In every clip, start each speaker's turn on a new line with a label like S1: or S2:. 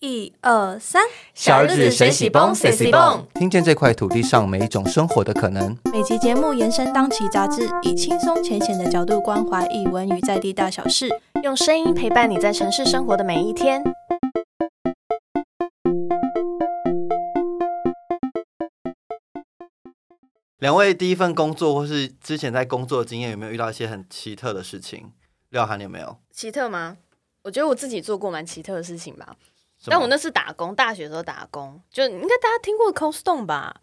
S1: 一二三，
S2: 小日子水洗蹦水洗蹦，
S3: 听见这块土地上每一种生活的可能。
S1: 每集节目延伸当期杂志，以轻松浅显的角度关怀译文与在地大小事。
S2: 用声音陪伴你在城市生活的每一天。
S3: 两位第一份工作或是之前在工作的经验，有没有遇到一些很奇特的事情？廖涵有没有？
S2: 奇特吗？我觉得我自己做过蛮奇特的事情吧，
S3: 什么
S2: 但我那是打工，大学的时候打工，就应该大家听过 Cold Stone 吧？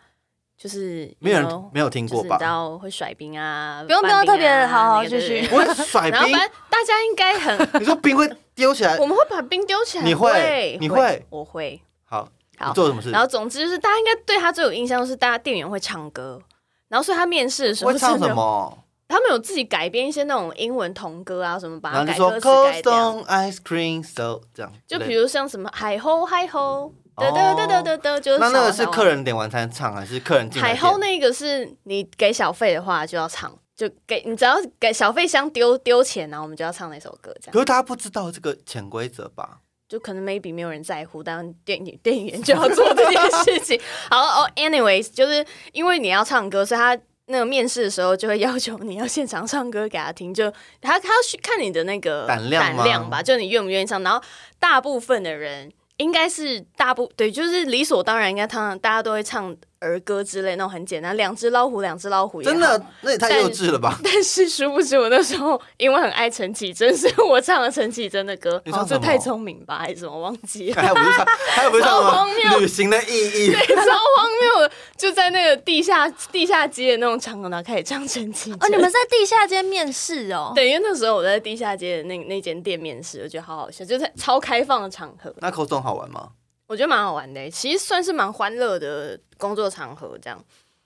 S2: 就是
S3: 没有
S2: you
S3: 人
S2: know，
S3: 没有听过
S2: 就是你知
S3: 吧？
S2: 道会甩冰啊，
S1: 不用
S2: 拌冰
S1: 不
S2: 啊
S1: 用特别好好
S2: 那个
S1: 继续
S2: 对
S3: 我甩
S2: 然后
S3: 冰，
S2: 反正大家应该 很，
S3: 你说冰会丢起来
S2: 我？们会把冰丢起来，
S3: 你会你会
S2: 我会。
S3: 好，
S2: 好
S3: 你做了什么事？
S2: 然后总之就是大家应该对他最有印象就是大家店员会唱歌，然后所以他面试的时候
S3: 会唱
S2: 真的
S3: 什么？
S2: 他们有自己改编一些那种英文童歌啊，什么把
S3: 然后
S2: 它
S3: 就说
S2: 改歌词
S3: Cold
S2: 改掉，
S3: Stone Ice Cream So 这样之
S2: 就
S3: 类的，
S2: 比如像什么海吼海吼，得
S3: 哦
S2: 得得得得得，就是
S3: 那那个
S2: 小
S3: 是客人点完餐唱，还是客人进来
S2: 海
S3: 点？
S2: 吼那个是你给小费的话就要唱，就给你只要给小费箱丢丢钱，然后我们就要唱那首歌，这
S3: 可
S2: 样
S3: 是大家不知道这个潜规则吧？
S2: 就可能 maybe 没有人在乎，但店员店员就要做这件事情。 好哦，anyways，就是因为你要唱歌，所以他。那个面试的时候就会要求你要现场唱歌给他听，就他他要去看你的那个
S3: 胆量吗
S2: 吧，就你愿不愿意唱。然后大部分的人应该是大部对，就是理所当然应该唱，大家都会唱儿歌之类那种很简单，两只老虎，两只老虎也好
S3: 真的，那也太幼稚了吧？
S2: 但是殊不知，我那时候因为很爱陈绮贞， 所以我唱了陈绮贞的歌。
S3: 你唱
S2: 哦
S3: 什
S2: 这
S3: 么
S2: 太聪明吧，还是什么忘记了？
S3: 还有不 是唱，还有不是唱什
S2: 超荒
S3: 么
S2: 谬
S3: 旅行的意义？
S2: 超荒谬的，就在那个地下地下街的那种场合，然后开始唱陈绮贞。
S1: 哦，你们在地下街面试哦？
S2: 对，因为那时候我在地下街的那那间店面试，我觉得好好笑，就是超开放的场合，
S3: 那 Cold Stone 好玩吗？
S2: 我觉得蛮好玩的。欸其实算是蛮欢乐的工作场合，这样。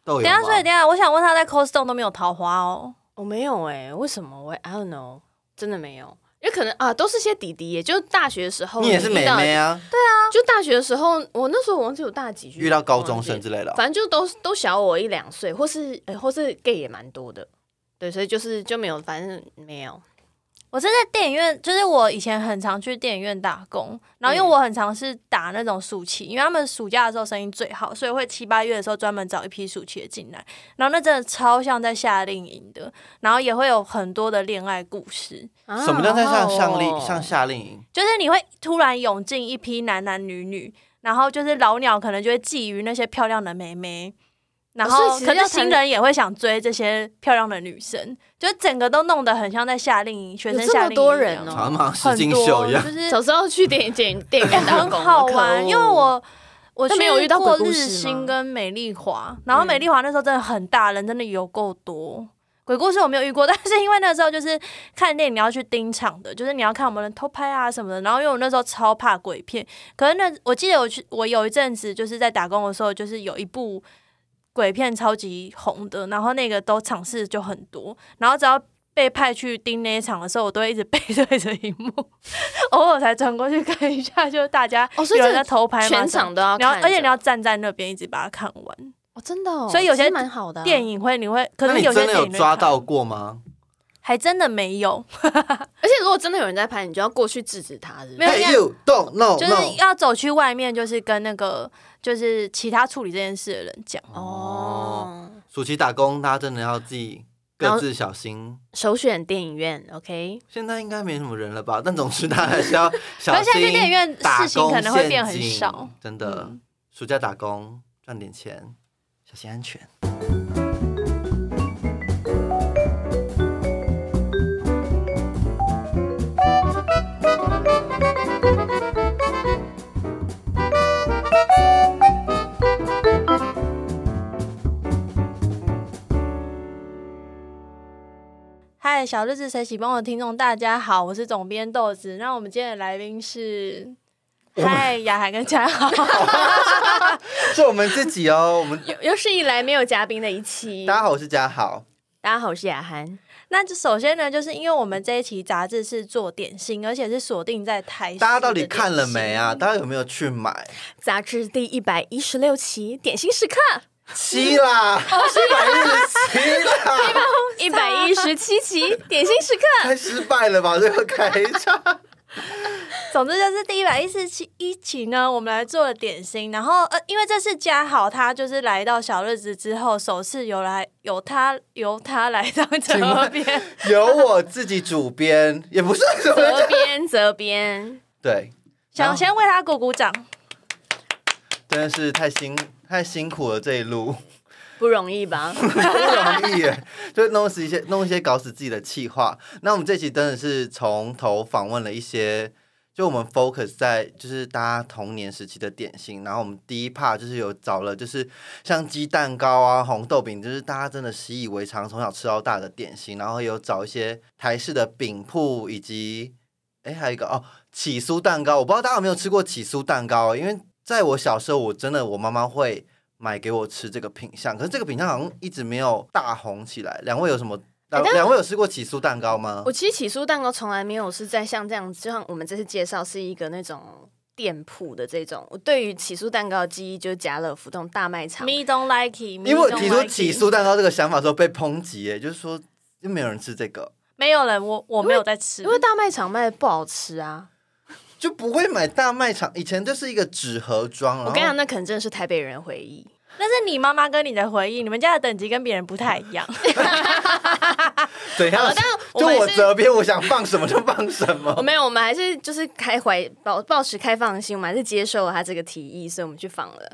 S3: 都有
S1: 等一下，
S3: 吗
S1: 所以等一下，我想问他在 Cold Stone 都没有桃花哦？
S2: 我没有哎、为什么我也 I don't know，真的没有。也可能啊，都是些弟弟耶，就大学的时候
S3: 你也是
S2: 遇
S3: 妹
S2: 到的
S3: 妹啊，
S2: 就大学的时候，我那时候我忘记有大几句，
S3: 遇到高中生
S2: 忘
S3: 之
S2: 记
S3: 类的哦。
S2: 反正就都都小我一两岁，或是、呃或是 gay 也蛮多的，对，所以就是就没有，反正没有。
S1: 我是在电影院，就是我以前很常去电影院打工，然
S2: 嗯
S1: 后因为我很常是打那种暑期，因为他们暑假的时候生意最好，所以会七八月的时候专门找一批暑期的进来，然后那真的超像在夏令营的，然后也会有很多的恋爱故事，
S2: 啊
S3: 什么叫在像夏令
S2: 哦
S3: 像夏令营？
S1: 就是你会突然涌进一批男男女女，然后就是老鸟可能就会觊觎那些漂亮的妹妹，然
S2: 哦
S1: 后
S2: 所以其实
S1: 可
S2: 要
S1: 是新人也会想追这些漂亮的女生，就是整个都弄得很像在夏令营、学生夏令营
S2: 有这么多人
S1: 一样
S2: 哦
S3: 好像
S1: 嗯
S3: 像
S1: 很
S3: 实
S1: 多
S3: 境秀一样
S1: 就。是
S2: 小时候去电 影电影电影院打
S1: 很
S2: 工
S1: 好
S2: 可
S1: 玩，
S2: 恶
S1: 因为我。我
S2: 那没有遇
S1: 去
S2: 到
S1: 过
S2: 鬼故
S1: 日
S2: 事吗
S1: 新跟美丽华，然后
S2: 嗯
S1: 美丽华那时候真的很大，人真的有够多。鬼故事我没有遇过，但 是因为那时候就是看电影你要去盯场的，就是你要看我们偷拍啊什么的。然后因为我那时候超怕鬼片，可是那我记得我去我有一阵子就是在打工的时候，就是有一部鬼片超级红的，然后那个都场次就很多，然后只要被派去盯那一场的时候，我都会一直背对着荧幕， 偶尔才转过去看一下，就是大家
S2: 哦所以
S1: 有人在
S2: 这
S1: 偷拍吗
S2: 全
S1: 什么
S2: 场都要
S1: 你要
S2: 看着，
S1: 而且你要站在那边一直把它看完。
S2: 哦真的哦，
S1: 所以有些
S2: 其实蛮好的啊
S1: 电，影会你会，可
S3: 那
S1: 是
S3: 你
S1: 有些
S3: 真的
S1: 电
S3: 有
S1: 影会
S3: 抓
S1: 看
S3: 到，过吗？
S1: 还真的没有，
S2: 而且如果真的有人在拍，你就要过去制止他，是不
S1: 没有
S2: 是
S1: 应
S3: Hey
S1: 该
S3: you don't no
S1: 就是
S3: no。
S1: 要走去外面，就是跟那个就是其他处理这件事的人讲。
S3: 哦，
S2: 哦，
S3: 暑期打工，大家真的要自己各自小心。
S2: 首选电影院，OK，
S3: 现在应该没什么人了吧？但总之大家 还是要小
S1: 而且
S3: 心。
S1: 去电影院事情可能会变很
S3: 打工陷
S1: 少
S3: 阱，真的，
S1: 嗯
S3: 暑假打工赚点钱，小心安全。
S1: 嗨，小日子谁喜帮的听众大家好，我是总编豆子。那我们今天的来宾是，嗨，雅涵跟嘉豪。
S3: 是我们自己哦，我们
S2: 有有史以来没有嘉宾的一期。
S3: 大家好，我是嘉豪。
S2: 大家好，我是雅涵。
S1: 那就首先呢，就是因为我们这一期杂志是做点心，而且是锁定在台。
S3: 大家到底看了没？啊？大家有没有去买？
S2: 杂志第一百一十六期《点心时刻
S3: 七啦，一百一十七啦，》
S2: 一 百一十七期《点心时刻》。
S3: 太失败了吧？这个开场。
S1: 总之就是第一百一十七一期呢，我们来做了点心，然后呃，因为这次嘉豪他就是来到小日子之后，首次有来由他由他来到这边，
S3: 由我自己主编，也不是什么
S2: 责编责编，
S3: 对，
S1: 想先为他鼓鼓掌。
S3: 真的是太辛太辛苦了这一路，
S2: 不容易吧？
S3: 不容易耶，就弄死一些弄一些搞死自己的气话。那我们这期真的是从头访问了一些，就我们 focus 在就是大家童年时期的点心，然后我们第一 part 就是有找了就是像鸡蛋糕啊、红豆饼，就是大家真的习以为常，从小吃到大的点心，然后有找一些台式的饼铺以及。哎，还有一个哦，起酥蛋糕，我不知道大家有没有吃过起酥蛋糕，因为在我小时候，我真的我妈妈会买给我吃这个品相，可是这个品相好像一直没有大红起来。两位有什么？两
S2: 哎但
S3: 两位有吃过起酥蛋糕吗
S2: 我？其实起酥蛋糕从来没有是在像这样，就像我们这次介绍是一个那种店铺的这种。我对于起酥蛋糕的记忆就是家乐福这种大卖场。
S1: Me don't like him，
S3: 因为我提出起酥蛋糕这个想法的时候被抨击，哎，就是说就没有人吃这个，
S1: 没有人，我我没有在吃，
S2: 因为大卖场卖的不好吃啊！
S3: 就不会买大卖场。以前就是一个纸盒装，
S2: 我
S3: 然后
S2: 跟你讲，那可能真的是台北人的回忆。
S1: 那是你妈妈跟你的回忆，你们家的等级跟别人不太一样。
S3: 怎样？
S2: 但我
S3: 就
S2: 们
S3: 我
S2: 是
S3: 责编，我想放什么就放什么
S2: 我。哦没有，我们还是就是开怀保保持开放的心，我们还是接受了他这个提议，所以我们去访了。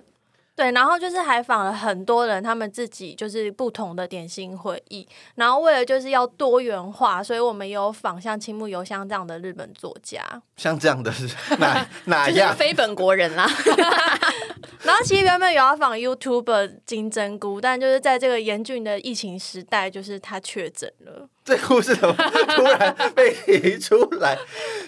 S1: 对，然后就是还访了很多人，他们自己就是不同的点心回忆。然后为了就是要多元化，所以我们有访像青木由香这样的日本作家。
S3: 像这样的 是哪哪
S2: 就是
S3: 样？
S2: 非本国人啦，
S1: 然后其实原本有要访 YouTuber 金针菇，但就是在这个严峻的疫情时代，就是他确诊了。
S3: 这故事怎么突然被提出来？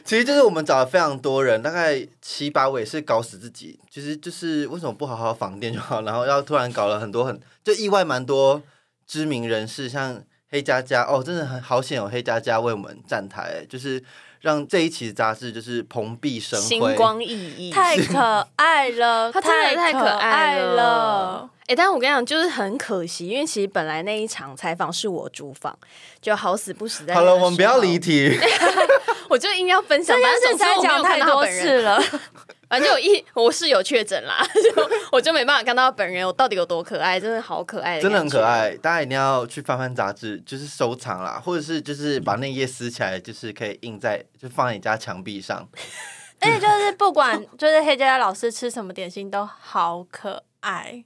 S3: 其实就是我们找了非常多人，大概七八位是搞死自己，其实就是为什么不好好防电就好，然后要突然搞了很多很就意外蛮多知名人士，像黑佳佳哦，真的很好险有黑佳佳为我们站台，就是让这一期杂志就是蓬荜生
S2: 星
S3: 辉。
S2: 光熠熠，
S1: 太可爱了，
S2: 他真
S1: 太
S2: 的太可
S1: 爱
S2: 爱了。。哎、但我跟你讲，就是很可惜，因为其实本来那一场采访是我主访，就好死不死在那
S3: 好
S2: 个
S3: 了，我们不要离
S2: 时
S3: 题。
S2: 候，我就应该要分享
S1: 这。
S2: 反正
S1: 件
S2: 总
S1: 事才
S2: 之我没
S1: 讲
S2: 有
S1: 太
S2: 看到
S1: 多
S2: 本人，
S1: 次了，
S2: 反正我一我室友确诊啦， 就我就没办法看到本人，我到底有多可爱，真的好可爱，
S3: 真的很可。爱，大家一定要去翻翻杂志，就是收藏啦，或者是就是把那页撕起来，就是可以印在就放在你家墙壁上。
S1: 而且哎就是不管就是黑佳佳老师吃什么点心都好可爱。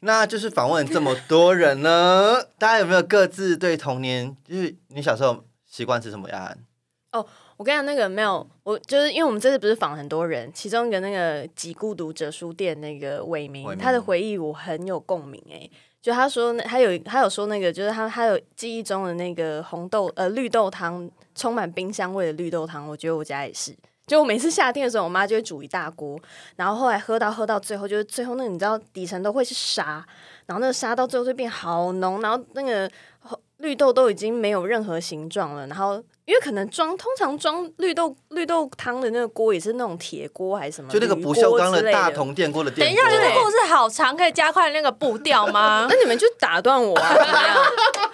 S3: 那就是访问这么多人呢， 大家有没有各自对童年，就是你小时候习惯吃什么呀？
S2: 我跟你讲，那个没有，我就是因为我们这次不是访很多人，其中一个那个《极孤独者书店》那个伟
S3: 伟
S2: 明，
S3: 明
S2: 他的回忆我很有共鸣哎、就他说那，他有他有说那个，就是他他有记忆中的那个红豆呃绿豆汤，充满冰箱味的绿豆汤，我觉得我家也是。就我每次夏天的时候，我妈就会煮一大锅，然后后来喝到喝到最后，就是最后那个你知道底层都会是沙，然后那个沙到最后就变好浓，然后那个绿豆都已经没有任何形状了，然后因为可能装通常装绿豆绿豆汤的那个锅也是那种铁锅还是什么，
S3: 就那个
S2: 铝
S3: 不
S2: 锅
S3: 锈钢
S2: 之类的
S3: 大。铜电锅的
S1: 等
S3: 电
S1: 一
S3: 锅
S1: 下，，这个
S2: 对
S1: 故事好长，可以加快那个步调吗
S2: 那？你们就打断 我啊！怎么样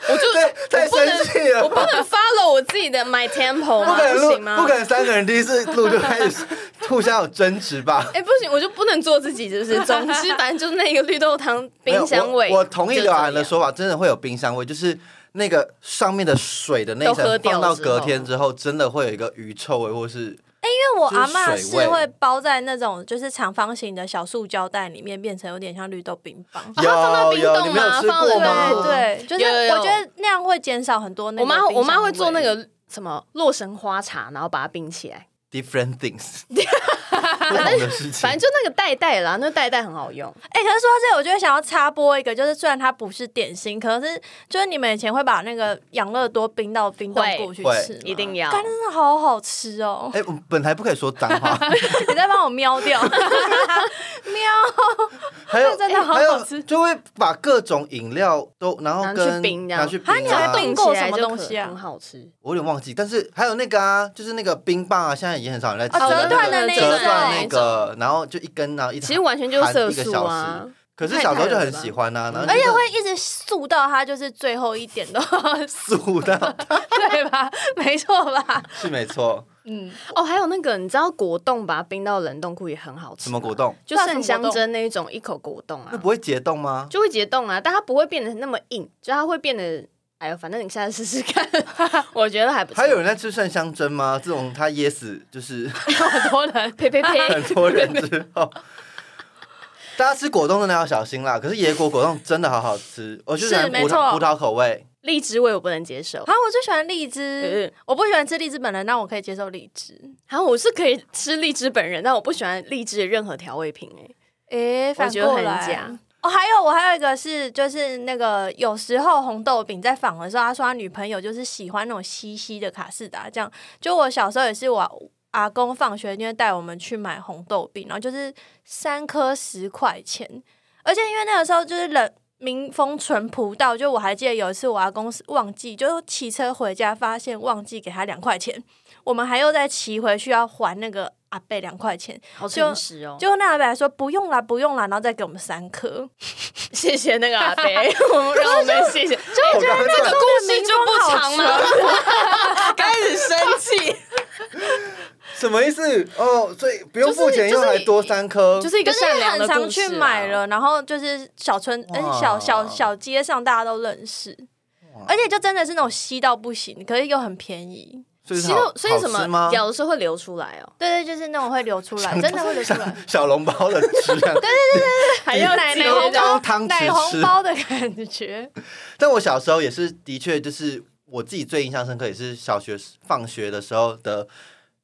S2: 我就
S3: 对，太生气了
S2: 我。不能 follow 我自己的 my tempo
S3: 不
S2: 吗？
S3: 可能
S2: 不
S3: 录
S2: 行，吗？
S3: 不可能三个人第一次录就开始 互相有争执吧？
S2: 哎、不行，我就不能做自己，是不是？总之，反正就是那个绿豆汤冰箱味
S3: 没有我我同意
S2: 就这
S3: 刘
S2: 样
S3: 涵的说法，真的会有冰箱味，就是那个上面的水的那一
S2: 都
S3: 层
S2: 喝掉
S3: 放到
S2: 之
S3: 隔
S2: 后
S3: 天之后，真的会有一个鱼臭味，或是
S1: 因为我阿
S3: 就
S1: 嬷
S3: 是
S1: 是
S3: 水味
S1: 会包在那种就是长方形的小塑胶袋里面，变成有点像绿豆冰棒。
S2: 哦它放
S3: 有
S2: 到冰
S3: 有
S2: 冻
S3: 你没有
S2: 吗
S3: 吃
S2: 放
S3: 过
S2: 冷
S3: 吗？
S2: 冻
S1: 对对，就是
S2: 有有有
S1: 我觉得那样会减少很多那
S2: 我
S1: 个冰
S2: 妈
S1: 箱味。
S2: 我妈会做那个什么洛神花茶，然后把它冰起来。
S3: different things，不同的事
S2: 反
S3: 情
S2: 正。就那个袋袋啦，那袋袋很好用。
S1: 哎、可是说到这，我就会想要插播一个，就是虽然它不是点心，可是就是你们以前会把那个养乐多冰到冰冻
S2: 会
S1: 库去
S3: 会
S1: 吃吗，
S2: 一定要
S1: 干真的好好吃哦！
S3: 哎、我们本台不可以说脏 话，
S1: 你再帮我瞄掉，
S3: 还有
S1: 真的
S2: 哎
S1: 好好
S3: 还有
S1: 吃
S3: 就会把各种饮料都然后
S2: 拿去
S3: 跟
S2: 冰这样
S3: 拿去冰
S1: 啊你还
S3: 啊
S1: 有，订
S2: 哎冻
S1: 购
S2: 起
S1: 什
S2: 来
S1: 么
S2: 就
S1: 东
S2: 可
S1: 西啊
S2: 很好吃。
S3: 我有点忘记，但是还有那个啊，就是那个冰棒啊，现在已经很少人在吃
S1: 哦
S3: 了
S1: 折断的那
S3: 那
S1: 一
S3: 个折断
S1: 种
S3: 那个，然后就一根然后一
S2: 其实完全就是色素
S3: 含一个
S2: 啊
S3: 小，可是小时候就很喜欢呐、然后
S1: 而且
S3: 就
S1: 会一直塑到他就是最后一点都
S3: 素到
S1: 对吧？没错吧？
S3: 是没错。
S1: 嗯，
S2: 哦，还有那个你知道果冻把它冰到冷冻库也很好吃，
S3: 什么果？冻？
S2: 就圣香珍那一种一口果冻
S3: 那
S2: 啊
S3: 不，会结冻吗？
S2: 就会解冻啊，但它不会变得那么硬，就它会变得。哎呦，反正你下次试试看， 我觉得还不错。
S3: 还有人在吃圣香珍吗？这种他噎死就是
S1: 很多人
S2: 呸呸 呸！
S3: 很多人之后，大家吃果冻真的要小心啦。可是野果果冻真的好好吃，我就是喜欢葡
S1: 没错
S3: 萄葡萄口味。
S2: 荔枝味我不能接受，
S1: 啊，我最喜欢荔枝
S2: 嗯，
S1: 我不喜欢吃荔枝本人，但我可以接受荔枝。
S2: 然啊后我是可以吃荔枝本人，但我不喜欢荔枝的任何调味品、哎，
S1: 诶、反
S2: 我觉得
S1: 过
S2: 很
S1: 来
S2: 假。
S1: 哦，还有我还有一个是，就是那个有时候红豆饼在访的时候，他说他女朋友就是喜欢那种稀稀的卡士达酱。就我小时候也是我。阿公放学因为带我们去买红豆饼，然后就是三颗十块钱，而且因为那个时候就是冷民风淳朴到，就我还记得有一次我阿公是忘记，就骑车回家发现忘记给他两块钱，我们还又再骑回去要还那个阿贝两块钱，
S2: 好
S1: 就
S2: 诚实哦。
S1: 结果那阿伯还说不用啦，不用啦，然后再给我们三颗，
S2: 谢谢那个阿 伯，我们让我们谢谢。哎
S3: 我刚刚
S2: 这个故事就不长啊
S1: 这个
S2: 了， 开始生气，
S3: 什么意思？哦，所以不用付钱，又
S2: 就是
S3: 还多三颗，
S2: 就是一
S1: 就
S2: 个
S1: 是
S2: 善良
S1: 很
S2: 的
S1: 常
S2: 故事、啊
S1: 去买，了，然后就是小村，
S3: 哇
S1: 嗯，小小小街上大家都认识，而且就真的是那种稀到不行，可是又很便宜。
S3: 所以是
S2: 其实
S3: 好
S2: 所以
S3: 好
S2: 什
S3: 吃
S2: 么
S3: 吗？
S2: 咬的时候会流出来哦，
S1: 对对，就是那种会流出来，真的会流出来，
S3: 小笼包的吃 啊，
S2: 还要哦
S1: 奶
S2: 接
S1: 奶红
S3: 就
S1: 包
S3: 用汤匙
S1: 奶红
S3: 吃
S1: 包的感觉。
S3: 但我小时候也是，的确就是我自己最印象深刻，也是小学放学的时候的，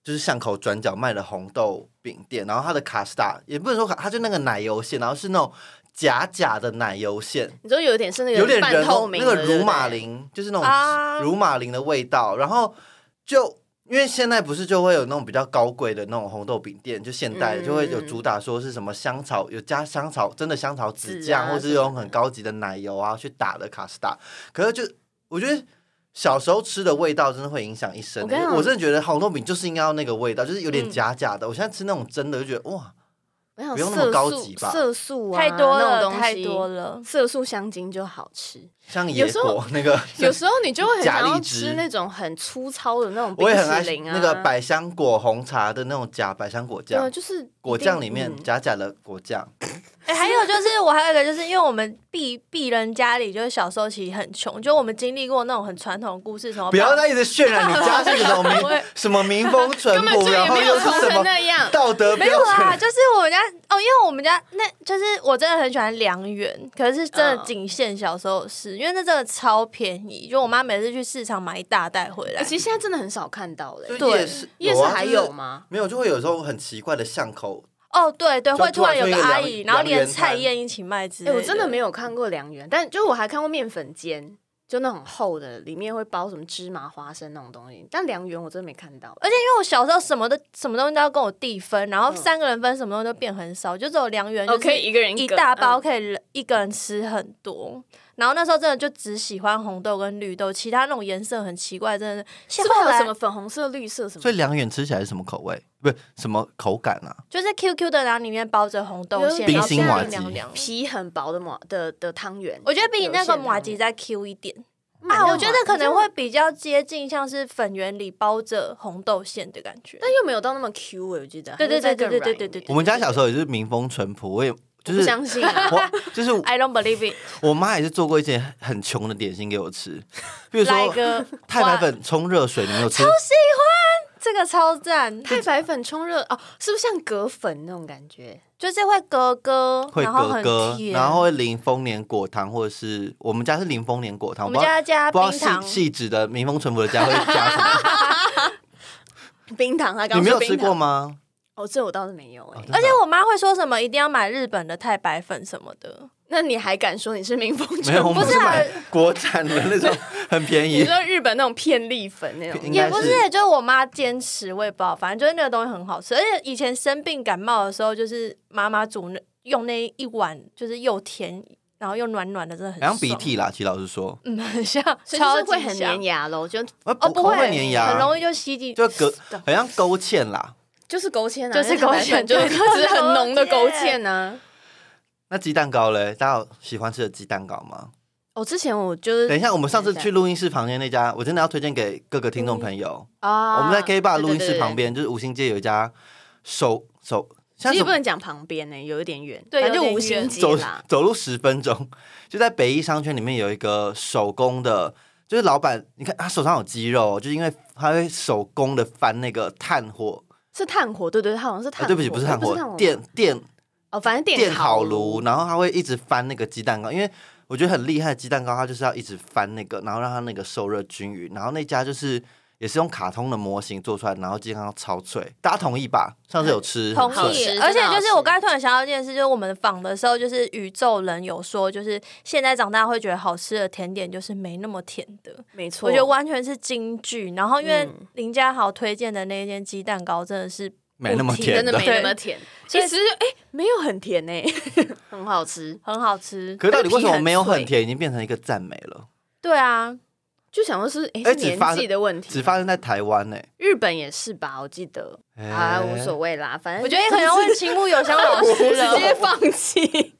S3: 就是巷口转角卖的红豆饼店，然后它的卡士达也不能说卡，它就那个奶油馅，然后是那种假假的奶油馅，
S2: 你说有点是那
S3: 有
S2: 个
S3: 点
S2: 半
S3: 人哦
S2: 透明
S3: 那
S2: 的，
S3: 个
S2: 对
S3: 乳
S2: 不对
S3: 马，铃，就是那
S1: 啊
S3: 种乳马铃的味道，然后就。因为现在不是就会有那种比较高贵的那种红豆饼店，就现代
S2: 嗯
S3: 就会有主打说是什么香草有加香草，真的香草籽
S2: 籽啊
S3: 酱，或是用很高级的奶油啊去打的卡士达。可是就我觉得小时候吃的味道真的会影响一生欸
S2: 我跟你。讲嗯
S3: 我真的觉得红豆饼就是应该要那个味道，就是有点假假的。我现在吃那种真的就觉得哇，
S2: 我想
S3: 不用那么
S2: 色
S3: 高
S2: 素
S3: 级吧
S2: 色素啊，
S1: 太多
S2: 那
S1: 了，
S2: 种东西
S1: 太多。了。
S2: 色素香精就好吃，
S3: 像
S2: 有
S3: 野
S2: 时候
S3: 果那个，
S2: 有时候你就会很想
S3: 假
S2: 要
S3: 荔枝
S2: 吃那种很粗糙的那种冰
S3: 我也很爱
S2: 淇淋啊，
S3: 那个百香果红茶的那种假百香果酱
S2: 对，。啊就是
S3: 果酱里面
S2: 嗯
S3: 假假的果酱，
S1: 哎、还有就是我还有一个，就是因为我们鄙鄙人家里就是小时候其实很穷，就我们经历过那种很传统的故事，什么
S2: 哦
S3: 不要再一直渲染你家是什么 民
S1: 会
S3: 什么民风淳
S2: 根本
S3: 朴，
S2: 就
S3: 然
S2: 也
S3: 后
S2: 没
S3: 又
S2: 有
S3: 是
S2: 穷
S3: 什
S2: 成
S3: 么
S2: 那样。 啊
S3: 道德
S1: 没有
S3: 标
S1: 啦，
S3: 准。
S1: 就是我们家哦，因为我们家那就是我真的很喜欢良缘，可是真
S2: 嗯
S1: 的仅限小时候是，因为那真的超便宜，就我妈每次去市场买一大袋回来
S2: 欸。其实现在真的很少看到嘞、
S3: 就
S1: 对
S3: 夜市
S2: 夜市
S3: 啊
S2: 还
S3: 就是
S2: 有吗？
S3: 没有，就会有时候很奇怪的巷口，
S1: 哦，对对，
S3: 就
S1: 会突然有
S3: 突然
S1: 个
S3: 出一个
S1: 阿
S3: 良
S1: 姨，然后
S3: 良
S1: 连
S3: 缘
S1: 菜
S3: 摊
S1: 宴一起卖之
S2: 哎、
S1: 类。
S2: 我真的没
S1: 有，
S2: 有看过良缘，但就我还看过面粉煎，就那种厚的，里面会包什么芝麻花生那种东西。但良缘我真的没看到，
S1: 而且因为我小时候什么的什么东西都要跟我弟分，然后
S2: 嗯
S1: 三个人分什么东西都变很少，就只有良缘，
S2: 哦，
S1: 呃就
S2: 可
S1: 是
S2: 以一个人
S1: 一
S2: 个
S1: 大包
S2: 嗯
S1: 可以一个人吃很多。然后那时候真的就只喜欢红豆跟绿豆，其他那种颜色很奇怪，真的是。
S2: 是不是
S1: 后
S2: 还有
S1: 来
S2: 什么粉红色、绿色什么？
S3: 所以良远吃起来是什么口味？不是什么口感啊？
S1: 就是 QQ 的，然后里面包着红豆馅，
S3: 冰
S1: 然后
S3: 心
S1: 冰
S3: 瓦
S1: 冰凉
S3: 吉
S1: 凉。
S2: 皮很薄的麻的的汤圆，
S1: 我觉得比那个马吉再 Q 一点啊！我觉得可能会，比较接近像是粉圆里包着红豆馅的感觉。
S2: 但又没有到那么 Q 欸我记得。
S1: 对对对
S2: 还是再更
S1: 对对对
S2: 软一
S1: 对对
S2: 点
S1: 对
S3: 我们家小时候也是民风淳朴，我也就
S2: 我不
S3: 是
S2: 相信啊，
S3: 我就是
S1: I don't believe it，
S3: 我妈也是做过一些很穷的点心给我吃，比如
S1: 来一
S3: 说
S1: 个
S3: 太白粉冲热水，你没有吃？
S1: 这个超赞，
S2: 太白粉冲热哦，是不是像葛粉那种感觉？
S1: 就是会咯咯，
S3: 会
S1: 然后
S3: 格
S1: 很
S3: 格，
S1: 甜，
S3: 然后会淋丰年果糖，或者是我们家是淋丰年果糖，
S1: 我
S3: 我
S1: 们
S3: 不知道
S1: 家加
S3: 不
S1: 冰
S3: 知道
S1: 糖
S3: 细，细致的民风淳朴的家会加 什么？
S2: 冰糖啊，刚
S3: 你没有
S2: 说
S3: 吃
S2: 冰糖
S3: 过？吗？
S2: 哦，这我倒是没有哎、
S3: 哦真的
S1: 而且我妈会说什么一定要买日本的太白粉什么的，
S2: 那你还敢说你是民风淳朴？
S3: 没有，我们
S1: 不是
S3: 是
S1: 啊
S3: 买国产的那种，很便
S2: 你
S3: 宜。
S2: 说日本那种片栗粉那种
S3: 应
S1: 也
S3: 该
S1: 不
S3: 是
S1: 是，就是我妈坚持，我也不知道，反正就是那个东西很好吃。而且以前生病感冒的时候，就是妈妈煮那用那一碗，就是又甜然后又暖暖的，真的很
S3: 好
S1: 爽
S3: 像鼻，涕啦，其实老实说，
S1: 嗯，很像，
S2: 所以就是
S1: 超
S2: 会
S1: 级
S2: 很
S1: 像
S2: 粘牙咯，就
S3: 呃
S1: 哦，不会
S3: 粘
S1: 很
S3: 牙，
S1: 容易就吸进。
S3: 就隔好像勾芡啦。
S2: 就是勾芡啊，
S1: 就是
S2: 那个
S1: 勾
S2: 白
S1: 芡
S2: 粉就是
S1: 对就是
S2: 只是很浓的
S1: 勾
S2: 勾
S1: 芡
S2: 芡啊。
S3: 那鸡蛋糕嘞，大家有喜欢吃的鸡蛋糕吗？
S2: 我、哦之前我就是
S3: 等一下，我们上次
S2: 等一下
S3: 去录音室旁边那家，我真的要推荐给各个听众朋友。
S2: 啊
S3: 我们在 K bar
S2: 对对
S3: 录音室
S2: 对
S3: 旁边，就是五星街有一家手手，像什
S2: 其实不
S3: 么
S2: 能讲旁边呢、有一点远，
S1: 对
S2: 反正
S1: 有
S2: 就
S1: 点
S2: 五星
S1: 远
S2: 级
S3: 走
S2: 啦。
S3: 走路十分钟，就在北一商圈里面有一个手工的，就是老板，你看他手上有肌肉，哦就是因为他会手工的翻那个炭火，
S2: 是炭火，对对，它好像是炭
S3: 啊、
S2: 火，
S3: 对不起，不是炭火，
S2: 吗
S3: 电电
S2: 哦，反正
S3: 电
S2: 烤
S3: 烤炉，，然后他会一直翻那个鸡蛋糕，因为我觉得很厉害的鸡蛋糕，它就是要一直翻那个，然后让它那个受热均匀，然后那家就是。也是用卡通的模型做出来，然后鸡蛋糕超脆，大家同意吧？上次有吃，
S1: 同
S3: 很
S2: 好
S1: 意
S2: 吃，
S1: 而且
S2: 真
S1: 就
S2: 的好
S1: 是
S2: 吃
S1: 我刚才突然想到一件事，就是我们访的时候，就是宇宙人有说，就是现在长大会觉得好吃的甜点就是没那么甜的，
S2: 没错，
S1: 我觉得完全是金句。然后因为
S2: 嗯
S1: 林家豪推荐的那间鸡蛋糕真的是
S3: 没那么
S1: 不提
S3: 甜
S2: 真的没那
S1: 对
S2: 么甜，
S1: 所
S2: 其
S1: 以
S2: 实哎、没有很甜呢、 很好吃，
S1: 很好吃，
S3: 可是到底为什么
S2: 它的皮很
S3: 没有很
S2: 脆
S3: 甜，已经变成一个赞美了？
S1: 对啊，
S2: 就想说是哎、
S3: 哎
S2: 是
S3: 只发
S2: 年纪的问题，
S3: 只发生在台湾欸呢、
S2: 日本也是吧？我记得、
S3: 欸
S2: 啊，无所谓啦，反正
S1: 我觉得可 能会青木有香 老
S2: 我
S1: 师
S2: 直接
S1: 了。
S2: 放弃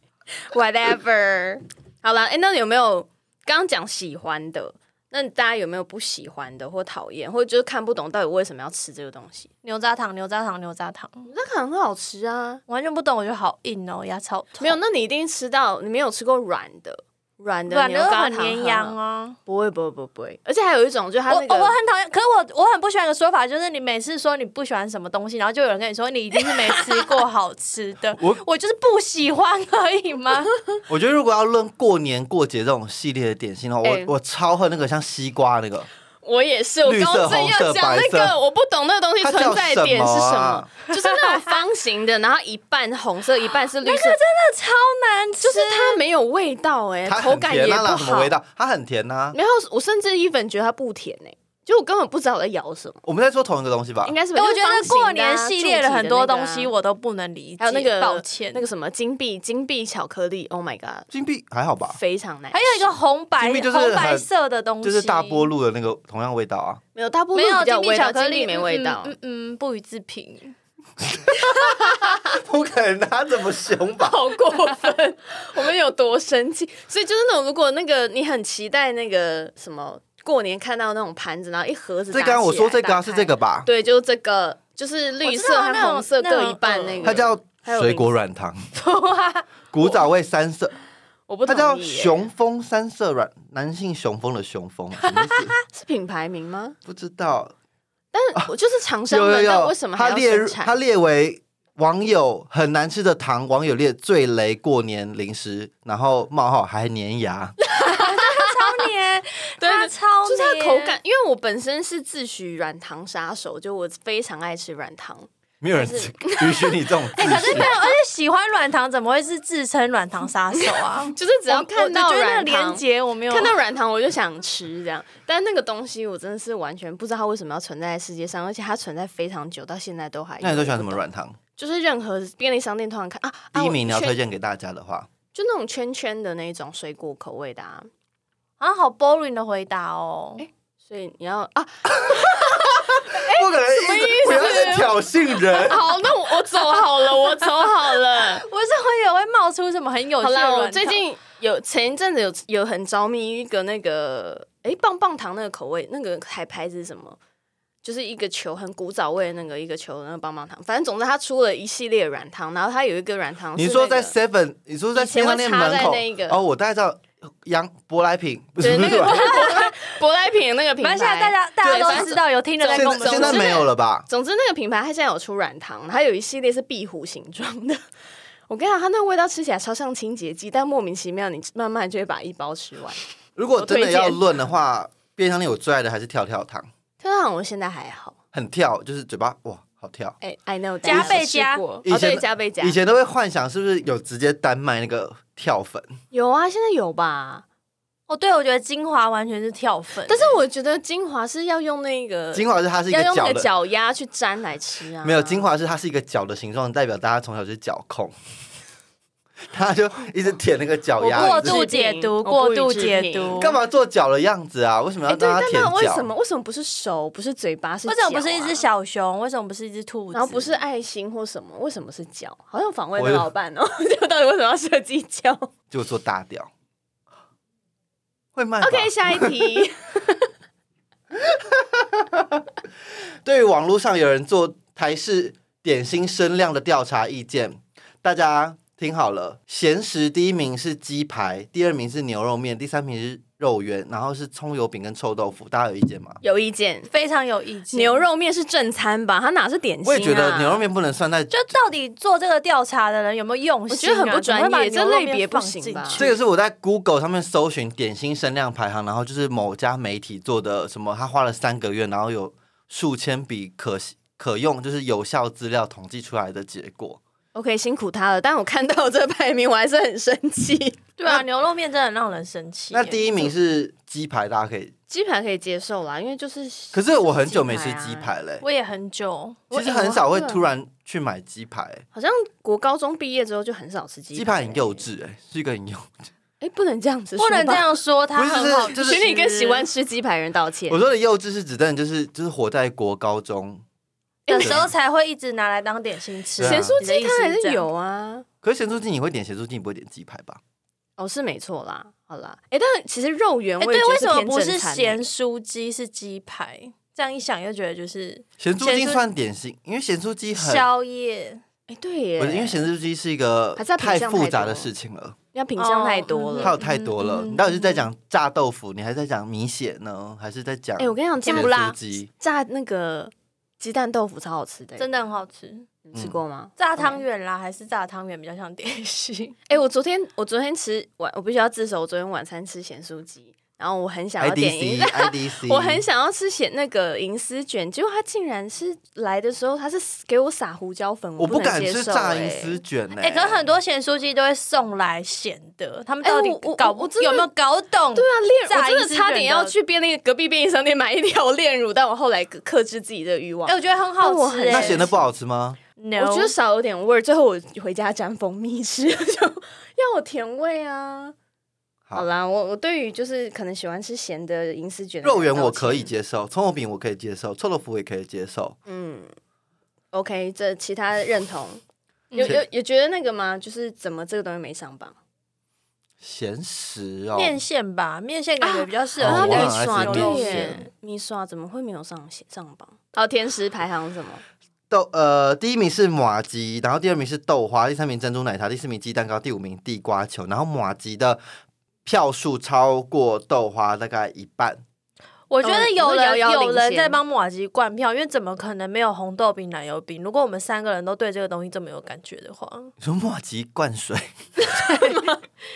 S2: ，whatever。好了，哎、那有没有刚刚讲喜欢的？那大家有没有不喜欢的或讨厌，或者就是看不懂到底为什么要吃这个东西？
S1: 牛轧糖，牛轧糖，牛轧糖，
S2: 那可能很好吃啊。
S1: 完全不懂，我就好硬哦，牙超痛。
S2: 没有，那你一定吃到，你没有吃过软的，软的
S1: 软
S2: 牛
S1: 的
S2: 轧
S1: 很
S2: 糖
S1: 绵
S2: 很
S1: 羊
S2: 好，
S1: 啊。
S2: 不会不会不会不会，而且还有一种就是它
S1: 我
S2: 那个
S1: 我很讨厌，可是我我很不喜欢一个说法，就是你每次说你不喜欢什么东西，然后就有人跟你说你一定是没吃过好吃的
S3: ，我
S1: 我就是不喜欢而已 吗？
S3: 我觉得如果要论过年过节这种系列的点心的话，我、
S2: 欸
S3: 我超恨那个像西瓜那个，
S2: 我也是，我
S3: 绿色
S2: 刚刚正
S3: 红色
S2: 要讲那
S3: 白色
S2: 个，我不懂那个东西
S3: 它
S2: 存
S3: 叫
S2: 在
S3: 什
S2: 的点是什
S3: 么
S2: 么
S3: 啊，
S2: 就是那种方形的，然后一半红色，一半是绿色，
S1: 那超难吃
S2: 就。是它没有味道哎、
S3: 它
S2: 口
S3: 很
S2: 感
S3: 甜
S2: 也不
S3: 啊，那什么
S2: 好
S3: 味。道？它很甜啊呐、
S2: 然后我甚至一粉觉得它不甜哎、就我根本不知道我在咬什么，
S3: 我们在说同一个东西吧
S2: 应？该是吧
S1: 我觉得过年系列
S2: 啊的
S1: 很多东西我都不能理解，
S2: 还有那个
S1: 抱歉
S2: 那。个什么金币金币巧克力，Oh my god，
S3: 金币还好吧？
S2: 非常难吃。
S1: 还有一个红白
S3: 金币就是很
S1: 红白色的东西，
S3: 就是大波路的那个同样味道啊，
S2: 没有大部
S1: 没
S2: 分
S1: 有
S2: 比较
S1: 金
S2: 有味
S1: 币
S2: 道
S1: 巧克力
S2: 金币没味道，
S1: 嗯嗯嗯，不予置 评。
S3: 不可能他这么凶 吧？
S2: 好过分！我们有多生气？ 所以就是那种，如果那个你很期待那个什么过年看到那种盘子，然后一盒子
S3: 这
S2: 打起
S3: 刚
S2: 来，
S3: 刚我说这个、
S2: 打
S3: 啊、
S2: 开
S3: 是这个，吧？
S2: 对，就是这个，就是绿
S1: 我知
S2: 色
S1: 道啊
S2: 和
S1: 那种
S2: 红色各一半
S1: 那
S2: 那
S1: 种
S2: 个，
S3: 它叫
S2: 还有
S3: 水果软糖，古早味三色，
S2: 我不
S3: 它
S2: 同
S3: 叫
S2: 意耶
S3: 雄蜂三色软，男性雄蜂的雄蜂，什么意思？
S2: 是品牌名吗？
S3: 不知道，
S2: 但我就是厂商
S3: 啊有有
S2: 们，
S3: 有，
S2: 那为什么
S3: 他
S2: 还要
S3: 列
S2: 生
S3: 入他
S2: 产？
S3: 列为网友很难吃的糖，网友列最雷过年零食，然后冒号还粘牙，
S1: 超 黏，它超
S2: 就是它
S1: 黏
S2: 口感，，因为我本身是自诩软糖杀手，就我非常爱吃软糖，
S3: 没 有人允许哎你这种自
S1: 可是
S3: 信
S1: 没。有，而且喜欢软糖怎么会是自称软糖杀手 啊？
S2: 就是只要看
S1: 我
S2: 到
S1: 我觉得那个
S2: 软
S1: 连
S2: 糖，
S1: 接我没有
S2: 看到软糖我就想吃这样，但那个东西我真的是完全不知道它为什么要存在世界上，而且它存在非常久，到现在都还有。
S3: 那你最喜欢什么？软糖？
S2: 就是任何便利商店通常看啊，啊
S3: 第一名你要
S2: 我
S3: 推
S2: 圈
S3: 荐给大家的话，
S2: 就那种圈圈的那种水果口味的啊，
S1: 啊，好 boring 的回答哦。
S2: 所以你要 啊，
S3: 不可能一直不要再挑 衅人。
S2: 好，那我我走好了，我走好了。
S1: 我是会有会冒出什么很有趣
S2: 好
S1: 的
S2: 啦，
S1: 软
S2: 我
S1: 糖
S2: 最近有前一阵子有有很着迷于一个那个哎、诶棒棒糖那个口味，那个海牌子是什么？就是一个球很古早味的那个一个球的那个棒棒糖，反正总之它出了一系列软糖，然后它有一个软糖是、
S3: 你
S2: 那
S3: 说在
S2: 个
S3: Seven，你说在便利商店门口
S2: 以前会插在那一个
S3: 哦，我大概知道杨舶来品，不是
S2: 对
S3: 不
S2: 那
S3: 是
S2: 个
S3: 吧，
S2: 舶来品的那个品牌，
S1: 反正现在啊大家大
S2: 对
S1: 家
S2: 反
S1: 都
S2: 正
S1: 知道，有听的在跟我们
S3: 现在
S1: 说
S3: 现在
S2: 之
S3: 没有了吧？
S2: 总之，那个品牌它现在有出软糖，它有一系列是壁虎形状的。 我跟你讲，它那个味道吃起来超像清洁剂，但莫名其妙，你慢慢就会把一包吃完。
S3: 如果真
S2: 我
S3: 的
S2: 推荐
S3: 要论的话，便利商店我最爱的还是跳跳糖，
S2: 特好像我现在还好，
S3: 很跳，就是嘴巴哇好跳。
S2: 哎、i know that
S1: 加倍加
S2: 我吃过哦
S3: 以，前
S2: 对，加倍加
S3: 以前都会幻想是不是有直接单卖那个跳粉，
S2: 有啊，现在有吧？
S1: 哦，对，我觉得精华完全是跳粉，
S2: 但是我觉得精华是要用那个，
S3: 精华是它是一
S2: 呃要
S3: 个
S2: 用
S3: 脚
S2: 那
S3: 的
S2: 个，脚丫去粘来吃啊。
S3: 没有精，华是它是一个脚的形状，代表大家从小就是脚控。他就一直舔那个脚
S1: 我
S3: 丫
S1: 过
S3: 子
S1: 度解读，
S2: 我
S1: 过
S2: 不予
S1: 度
S2: 置
S1: 解
S2: 评
S1: 读，
S3: 干嘛做脚的样子啊？为什么要
S2: 哎，对，
S3: 让他
S2: 但
S3: 舔
S2: 那为
S3: 脚？
S2: 什么为什么不是手，不是嘴巴，是
S1: 为什么
S2: 脚
S1: 不是一只
S2: 啊？
S1: 小熊？为什么不是一只兔子？
S2: 然后不是爱心或什么，为什么是脚？好像访问
S3: 我
S2: 的
S3: 有
S2: 老板哦， 就到底为什么要设计脚
S3: 就做大屌，会卖吧
S2: ？OK，下一 题，
S3: 对于网络上有人做台式点心声量的调查意见，大家听好了，咸食第一名是鸡排，第二名是牛肉面，第三名是肉圆，然后是葱油饼跟臭豆腐，大家有意见吗？
S2: 有意见。
S1: 非常有意见。
S2: 牛肉面是正餐吧？它哪是点心、啊？
S3: 我也觉得牛肉面不能算在
S1: 就到底做这个调查的人有没有用
S2: 我觉
S1: 心、
S2: 得
S1: 啊？
S2: 很不
S1: 怎么
S2: 专
S1: 会把
S2: 业这
S1: 牛肉
S2: 类
S1: 面
S2: 别不
S1: 放
S2: 行
S1: 进
S2: 吧
S1: 去
S3: 这个是我在 Google 上面搜寻点心声量排行，然后就是某家媒体做的什么，他花了三个月，然后有数千笔可可用就是有效资料统计出来的结果。
S2: OK，辛苦他了。但我看到这排名，我还是很生气。
S1: 对啊，牛肉面真的很让人生气。
S3: 那第一名是鸡排，大家可以，
S2: 鸡排可以接受啦，因为就是、
S3: 可是我很久没吃
S2: 就是
S3: 鸡
S2: 啊，
S3: 排嘞、
S1: 我也很久，
S3: 其实很少会突然去买鸡排，
S2: 好像国高中毕业之后就很少吃鸡
S3: 鸡排
S2: 了
S3: 很幼，稚哎、是一个很幼 稚。
S2: 哎、不能这样子，
S1: 不能这。样说，它
S3: 不是
S1: 很好
S3: 就
S1: 吃。
S3: 是就是
S2: 请你跟喜欢吃鸡排的人道歉
S3: 我。说的幼稚是指真的就是就是活在国高中，
S1: 的时候才会一直拿来当点心吃。
S3: 对啊
S2: 咸酥
S1: 你的
S2: 鸡
S1: 意思
S2: 它还
S1: 这
S2: 是
S1: 样
S2: 有啊，
S3: 可是咸酥鸡你会点咸酥鸡，你不会点鸡排吧？
S2: 哦是没错啦，好啦，哎、但其实肉圆
S1: 哎、
S2: 我也
S1: 对，为
S2: 觉
S1: 什
S2: 得
S1: 么
S2: 偏
S1: 不是
S2: 正餐
S1: 咸
S2: 欸？
S1: 酥鸡是鸡排？这样一想又觉得就是
S3: 咸酥鸡
S1: 咸酥
S3: 算点心，因为咸酥鸡很
S1: 宵夜，
S2: 哎、对
S3: 不是因为
S2: 耶，
S3: 咸酥鸡是一个
S2: 还是它品
S3: 太
S2: 相
S3: 复
S2: 太
S3: 杂
S2: 多
S3: 的事情了，
S2: 要品相太
S1: 哦
S2: 多
S1: 嗯
S2: 了。
S3: 它有太多了。
S1: 嗯嗯
S3: 你到底是在讲炸豆腐，你还是在讲米血呢，还是在讲
S2: 哎、我跟你讲，
S3: 嗯咸
S2: 炸
S1: 不辣
S3: 酥鸡？
S2: 炸那个鸡蛋豆腐超好吃的、
S1: 真的很好吃。
S2: 你
S3: 嗯
S2: 吃过吗？
S1: 炸汤圆啦，还是炸汤圆比较像点心？
S2: 哎、我昨天我昨天吃晚，我必须要自首。我昨天晚餐吃咸酥鸡，然后我很想要点银
S3: IDC，IDC，
S2: 我很想要吃咸那个银丝卷，结果他竟然是来的时候，他是给我撒胡椒粉，
S3: 我
S2: 不
S3: 不
S2: 能
S3: 敢
S2: 接
S3: 吃
S2: 受
S3: 炸
S2: 欸
S3: 银丝卷呢、
S1: 哎、可是很多咸酥鸡都会送来咸的，他们
S2: 哎
S1: 到底
S2: 我我
S1: 搞
S2: 我
S1: 不、
S2: 真的
S1: 有没有搞懂？
S2: 对啊，炼
S1: 炸
S2: 我真
S1: 银
S2: 的
S1: 丝
S2: 差
S1: 卷
S2: 点
S1: 的
S2: 要去便利隔壁便利商店买一条炼乳，但我后来克克制自己的欲 望。
S1: 哎、我觉得很
S2: 但我
S1: 好吃、
S2: 很
S1: 哎
S3: 那咸的不好吃吗？
S1: ，no,
S2: 我觉得少有点味儿，最后我回家沾蜂蜜吃， 就要有甜味啊。
S3: 好
S2: 好啦，我我对于就是可能喜欢吃咸的银丝卷的
S3: 肉圆
S2: 感到
S3: 我可以
S2: 歉
S3: 接受，葱油饼我可以接受，臭豆腐我也可以接受。
S2: 嗯，OK，这其他认同。
S1: 嗯
S2: 有有有觉得那个吗？就是怎么这个东西没上榜？
S3: 咸食哦，
S1: 面线吧，面线感觉比较适
S3: 啊
S1: 合
S3: 哦
S1: 点
S3: 我
S1: 心、
S3: 很爱吃
S1: 牛肉
S2: 对
S1: 面。
S2: 耶，米刷怎么会没有上上榜？哦，甜食排行什么？
S3: 豆呃，第一名是马吉，然后第二名是豆花，第三名珍珠奶茶，第四名鸡蛋糕，第五名地瓜球。然后马吉的票数超过豆花大概一半，
S1: 我觉得有
S2: 嗯
S1: 人
S2: 你说遥遥领
S1: 有人
S2: 先
S1: 在帮马吉灌票，因为怎么可能没有红豆饼、奶油饼？如果我们三个人都对这个东西这么有感觉 的话，
S3: 你说马吉 灌水？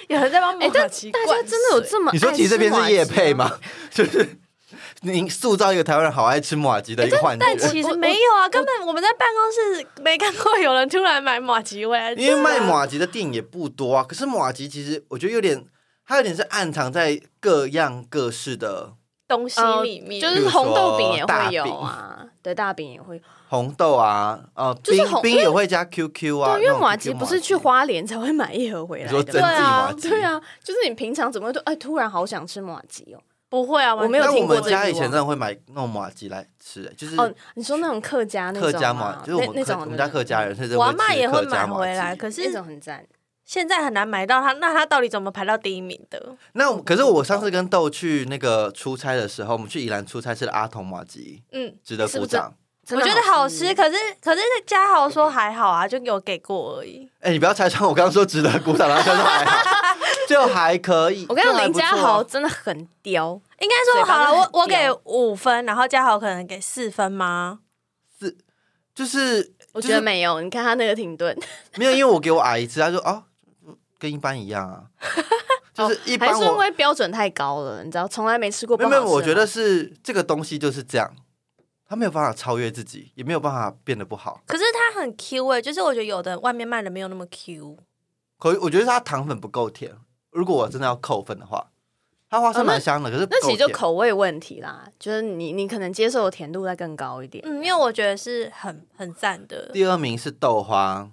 S1: 有人在帮
S2: 哎
S1: 马吉
S2: 大
S1: 灌水、
S2: 家真的有这么
S3: 你说
S2: 爱
S3: 其实这
S2: 吃
S3: 边
S2: 麻
S3: 是叶
S2: 吉
S3: 配？吗？
S1: 啊
S3: 就是你塑造一个台湾人好爱吃马吉的一个幻觉。
S1: 但其实没有啊，根本我们在办公室没看过有人突然买马吉回来吃啊，
S3: 因为卖马吉的店也不多啊，可是马吉其实我觉得有点，它有点是暗藏在各样各式的
S1: 东西
S2: 呃
S1: 里面，
S2: 就是红豆饼也会有
S3: 比如说
S2: 啊，对，大饼也会有。
S3: 红豆啊，呃，
S2: 就是
S3: 冰
S2: 红
S3: 冰
S2: 因为
S3: 也会加 QQ 啊，
S2: 对，因
S3: 那
S2: 为
S3: 种
S2: 马
S3: QQ
S2: 吉不是去花莲才会买一盒回来
S3: 你说
S2: 的
S3: 真
S2: 吗。
S1: 对
S3: 马
S1: 啊
S3: 吉，
S2: 对，啊，就是你平常怎么会都哎，突然好想吃马吉哦？
S1: 不会啊，
S2: 我没有
S3: 但
S2: 听
S3: 我
S2: 过
S3: 们
S2: 这
S3: 家
S2: 个
S3: 以前
S2: 啊
S3: 真的会买弄马吉来吃，欸就是
S2: 哦，你说那种客家那种
S3: 客家
S2: 吗
S3: 马，就是我
S2: 那
S3: 们
S2: 那
S3: 客
S2: 种
S3: 我们家客家，人，甚至
S1: 我
S3: 会
S1: 阿妈
S3: 吃
S1: 也会
S3: 客
S1: 买
S3: 家马
S1: 回来，
S3: 吉。
S1: 可
S2: 那
S1: 是
S2: 种很赞。
S1: 现在很难买到它，那它到底怎么排到第一名的？
S3: 那我可是我上次跟豆去那个出差的时候，我们去宜兰出差吃了阿童马吉，
S1: 嗯，
S3: 值得
S2: 是
S3: 鼓
S2: 不是
S3: 掌。
S1: 我觉得好吃，可是可是嘉豪说还好啊，就有给过而已。
S3: 哎，你不要拆穿我刚刚说值得鼓掌，然后他说还好，就还可以。
S2: 我跟你
S3: 就
S2: 讲，
S3: 还
S2: 林
S3: 不错
S2: 家
S3: 啊
S2: 豪真的很刁，
S1: 应该说好了，
S2: 嘴巴
S1: 我我
S2: 真的很
S1: 给
S2: 刁
S1: 五分，然后嘉豪可能给四分吗？
S3: 就是
S2: 我
S3: 就
S2: 觉得
S3: 是
S2: 没有。你看他那个停顿，
S3: 没有，因为我给我阿姨吃，她说哦，跟一般一样 啊，就是一
S2: 还
S3: 般
S2: 是因
S3: 我
S2: 为标准太高了，你知道，从来没吃过不
S3: 没有
S2: 好吃
S3: 没
S2: 的
S3: 有，
S2: 吗。
S3: 我觉得是这个东西就是这样，他没有办法超越自己，也没有办法变得不好。
S1: 可是它很 Q 哎、就是我觉得有的外面卖的没有那么 Q。
S3: 可我觉得它糖粉不够甜，如果我真的要扣分的话，它花生蛮香的，可是不
S2: 嗯那
S3: 够
S2: 其实就
S3: 甜。
S2: 口味问题啦，就是你你可能接受的甜
S3: 嗯
S2: 度再更高一点。
S1: 嗯，因为我觉得是很很赞的。
S3: 第二名是豆花，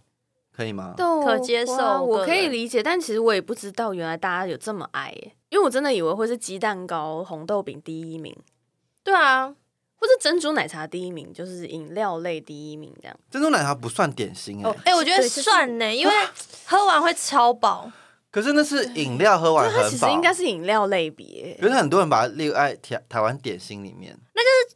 S3: 可以吗？
S2: 豆
S1: 可接受
S2: 花我
S1: 个
S2: 可以
S1: 人
S2: 理解，但其实我也不知道原来大家有这么爱耶，因为我真的以为会是鸡蛋糕、红豆饼第一名，
S1: 对啊，
S2: 或是珍珠奶茶第一名，就是饮料类第一名这样。
S3: 珍珠奶茶不算点心哎、
S2: 哦
S1: 哎、我觉得
S2: 对就是
S1: 算呢，因为喝完会超饱。
S3: 可是那是饮料喝完
S2: 哎它其
S3: 很
S2: 实
S3: 饱，
S2: 应该是饮料类别
S3: 可是很多人把它列入爱台台湾点心里 面。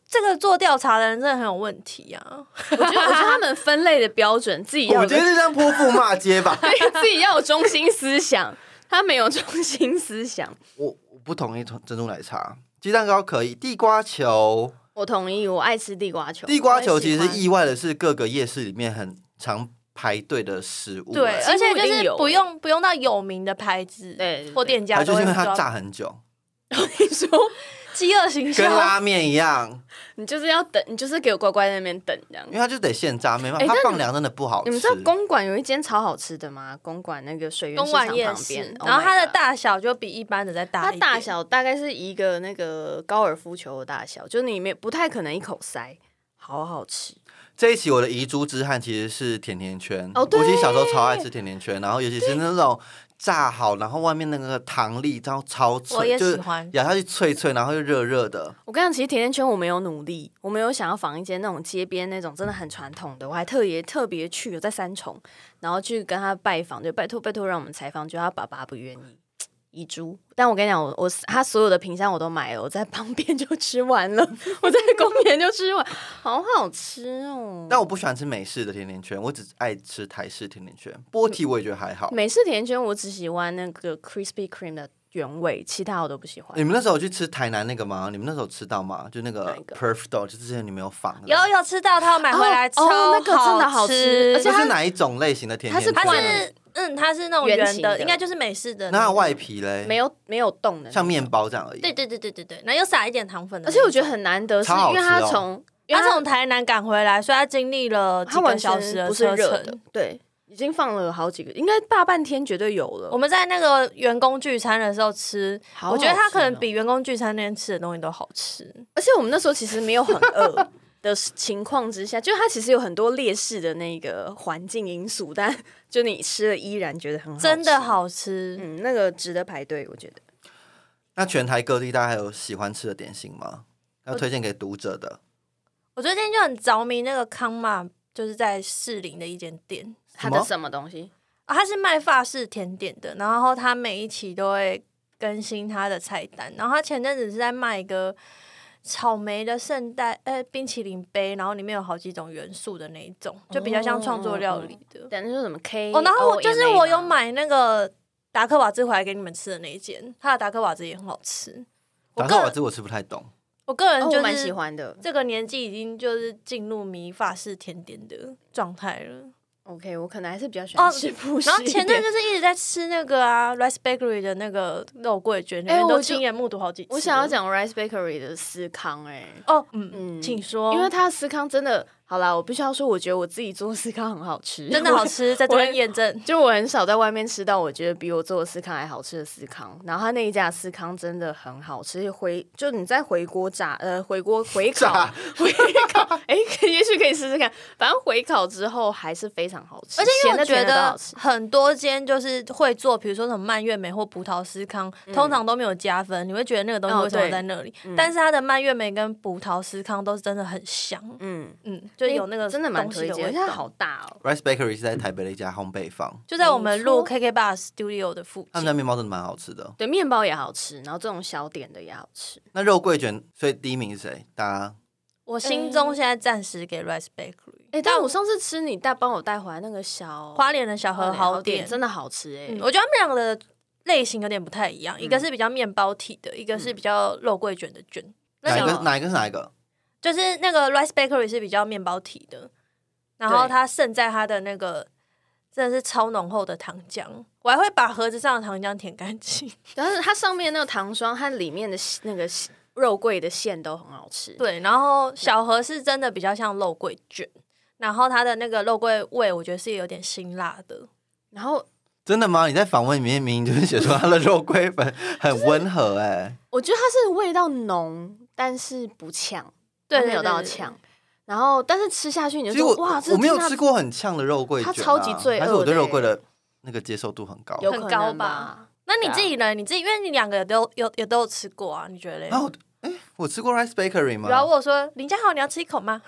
S1: 这个做调查的人真的很有问题啊！
S2: 我觉得，我觉得他们分类的标准自己
S3: 我
S2: 要有。
S3: 觉得是这样泼妇骂街吧
S2: 自己要有 中心思想，他没有中心思想。
S3: 我我不同意珍珍珠奶茶，鸡蛋糕可以，地瓜球，
S2: 我同意，我爱吃地瓜球。
S3: 地瓜球
S2: 我也
S3: 其
S2: 喜
S3: 实
S2: 欢
S3: 是意外的是各个夜市里面很常排队的食物，
S1: 对，
S2: 几乎
S1: 而且
S2: 一
S1: 就
S2: 定
S1: 是
S2: 有
S1: 不
S2: 欸
S1: 用不用到有名的牌子
S2: 对对对
S1: 或店家
S3: 它就
S1: 都
S3: 是
S1: 会
S3: 因为
S1: 知
S3: 它
S1: 道，
S3: 炸很久，
S2: 你 说，
S1: 饥饿形
S3: 跟
S1: 象。
S3: 拉面一样，
S2: 你就是要等，你就是给我乖乖在那边等这样
S3: 因。为它就得现炸，没办法，
S2: 哎
S3: 它
S2: 但
S3: 放凉真的不好吃。
S2: 你们知道公馆有一间超好吃的吗？公馆那个水源
S1: 东
S2: 市
S1: 莞
S2: 场
S1: 夜
S2: 旁
S1: 市
S2: 边，，，Oh
S1: 然后它的
S2: 大。
S1: 大小就比一般的再大
S2: 它
S1: 一
S2: 大
S1: 点
S2: 小大概是一个那个高尔夫球的大小，就是你没不太可能一口塞，好好吃。
S3: 这一期我的遗珠之憾其实是甜甜圈，
S2: 哦对
S3: 我其实小时候超爱吃甜甜圈，然后尤其是那种炸好，然后外面那个糖粒，然后超脆，
S1: 我也
S3: 就是
S1: 喜欢
S3: 咬下去脆脆，然后又热热的。
S2: 我跟你讲，其实甜甜圈我没有努力，我没有想要仿一间那种街边那种真的很传统的，我还特别特别去有在三重，然后去跟他拜访，就拜托拜托让我们采访，就他爸爸不愿意。遗珠，但我跟你讲，我我他所有的品相我都买了，我在旁边就吃完了，我在公园就吃完，好好吃哦。
S3: 但我不喜欢吃美式的甜甜圈，我只爱吃台式甜甜圈。
S2: 嗯
S3: 波提我也觉得还好。
S2: 美式甜甜圈我只喜欢那个 Krispy Kreme 的原味，其他我都不喜欢
S3: 你。们那时候有去吃台南那个吗？你们那时候吃到吗？就那个
S2: 哪一个
S3: Perf d o 就之前你们有仿
S2: 嗯
S3: 的，
S1: 有有吃到，他有买回来，
S2: 哦
S1: 超
S2: 哦那个真的好吃而且
S3: 这
S2: 它
S3: 是哪一种类型的甜
S2: 它
S3: 甜
S2: 是
S3: 圈？
S1: 它
S2: 罐
S1: 是嗯，它是那种
S2: 圆
S1: 圆
S2: 形
S1: 的，
S2: 的
S1: 应该就是美式的
S3: 那
S1: 种
S3: 外皮嘞，
S2: 没有没有动的那种，
S3: 像面包这样而已。
S1: 对对对对对对，然后又撒一点糖粉的
S2: 而
S1: 那
S2: 且
S1: 种。
S2: 我觉得很难得，是
S3: 超好
S2: 因为他
S3: 吃哦
S2: 从因为
S1: 他从台南赶回来，所以他经历了几
S2: 他完
S1: 个
S2: 全
S1: 小时的
S2: 不是
S1: 车
S2: 热的
S1: 程。，
S2: 对，已经放了好几个，应该大半天绝对有了
S1: 我。们在那个员工聚餐的时候吃，
S2: 好
S1: 我觉得
S2: 好
S1: 他
S2: 吃
S1: 可能
S2: 哦
S1: 比员工聚餐那天吃的东西都好吃。
S2: 而且我们那时候其实没有很饿的情况之下， 就是它其实有很多劣势的那个环境因素，但就你吃了依然觉得很好，
S1: 真的，好吃。
S2: 嗯，那个值得排队，我觉得。
S3: 那全台各地大家还有喜欢吃的点心吗？要推荐给读者的
S1: 我最近就很着迷那个康玛，就是在士林的一间店，
S2: 它
S3: 什
S2: 的
S3: 么
S2: 什么东西？
S1: 啊，它是卖法式甜点的，然后它每一期都会更新它的菜单，然后它前阵子是在卖一个。草莓的圣代呃冰淇淋杯，然后里面有好几种元素的那一种，就比较像创作料理的。
S2: 等于说什么 K
S1: 哦，然后我就是我有
S2: 买。
S1: 买那个达克瓦兹回来给你们吃的那一间，它的达克瓦兹也很好吃。我
S3: 达
S1: 个
S3: 克瓦
S1: 人
S3: 兹我吃不太懂，
S1: 我个人
S2: 哦，
S1: 就
S2: 我
S1: 是、
S2: 蛮喜欢的。
S1: 这个年纪已经就是进入迷法式甜点的状态了。
S2: OK，我可能还是比较喜欢
S1: 哦
S2: 吃葡式
S1: 然
S2: 一点。
S1: 后前阵就是一直在吃那个啊 Rice Bakery 的那个肉桂卷，里
S2: 哎
S1: 面
S2: 我
S1: 都
S2: 就
S1: 亲眼目睹好几次。
S2: 我想要讲 Rice Bakery 的司康、欸，
S1: 哦，嗯，
S2: 嗯
S1: 请说，
S2: 因为它的司康真的好啦，我必须要说，我觉得我自己做司康很好吃，
S1: 真的好。吃，在这边验证。
S2: 就我很少在外面吃到我觉得比我做的司康还好吃的司康，然后它那一家司康真的很好吃，回就你在回锅炸呃回锅回烤
S3: 炸
S2: 回烤，哎、可也许可以试试看，反正回烤之后还是非常好吃，
S1: 而且因
S2: 咸
S1: 为我
S2: 的
S1: 觉
S2: 甜的都
S1: 得
S2: 好吃
S1: 很多间就是会做，比如说什么蔓越莓或葡萄司康，通常都没有加分，你会觉得那个东西
S2: 哦
S1: 为什么
S2: 对
S1: 在那里？但是它的蔓越莓跟葡萄司康都是真的很香，
S2: 嗯，
S1: 嗯，就有那个
S2: 真的蛮推
S1: 东西
S2: 荐，而
S1: 味
S2: 且它
S1: 道。
S2: 好大哦。
S3: Rice Bakery 是在台北的一家烘焙坊，
S1: 就在我们录
S2: 没
S1: KK Bar Studio 的附
S3: 他们
S1: 近
S2: 啊
S3: 家。面包真的蛮好吃的。
S2: 对，面包也好吃，然后这种小点的也好吃。
S3: 那肉桂卷，所以第一名是谁？大家
S1: 我心中现在暂时给 Rice Bakery。
S2: 哎、但我上次吃你带帮我带回来那个小
S1: 花莲的小
S2: 花
S1: 和
S2: 莲
S1: 好
S2: 点
S1: 点，
S2: 真的好吃哎、
S1: 嗯，我觉得他们两个的类型有点不太一样，
S2: 嗯
S1: 一个是比较面包体的，一个是比较肉桂卷的卷。
S3: 哪
S1: 那
S3: 一
S1: 个
S3: 个哪一个是哪一个？
S1: 就是那个 Rice Bakery 是比较面包体的，然后
S2: 对
S1: 它胜在它的那个真的是超浓厚的糖浆，我还会把盒子上的糖浆舔干 净。
S2: 但是它上面那个糖霜和里面的那个肉桂的馅都很好吃。，
S1: 对，然后 小盒是真的比较像肉桂卷，然后它的那个肉桂味，我觉得是有点辛辣的。
S2: 然后
S3: 真的吗？你在访问里面明明就是写说它的肉桂粉很温和、哎、
S2: 我觉得它是味道浓，但是不呛，
S1: 对
S2: 它没有
S1: 对对
S2: 到
S1: 对
S2: 呛。然后但是吃下去你
S3: 其
S2: 就
S3: 实
S2: 说
S3: 我
S2: 哇，这
S3: 我没有
S2: 听到
S3: 吃过很呛的肉桂卷、啊，
S2: 它超级罪恶
S3: 但是我对
S2: 的
S3: 肉
S2: 欸
S3: 桂的那个接受度很高。
S2: 有
S1: 很
S2: 可
S1: 高
S2: 能
S1: 吧
S2: 吧？
S1: 那你
S2: 对啊
S1: 自己呢？你自己，因为你两个也都有也都有吃过啊，你觉得嘞？
S3: 然后，哎、我吃过 Rice Bakery 吗？
S1: 然后我说林家豪，你要吃一口吗？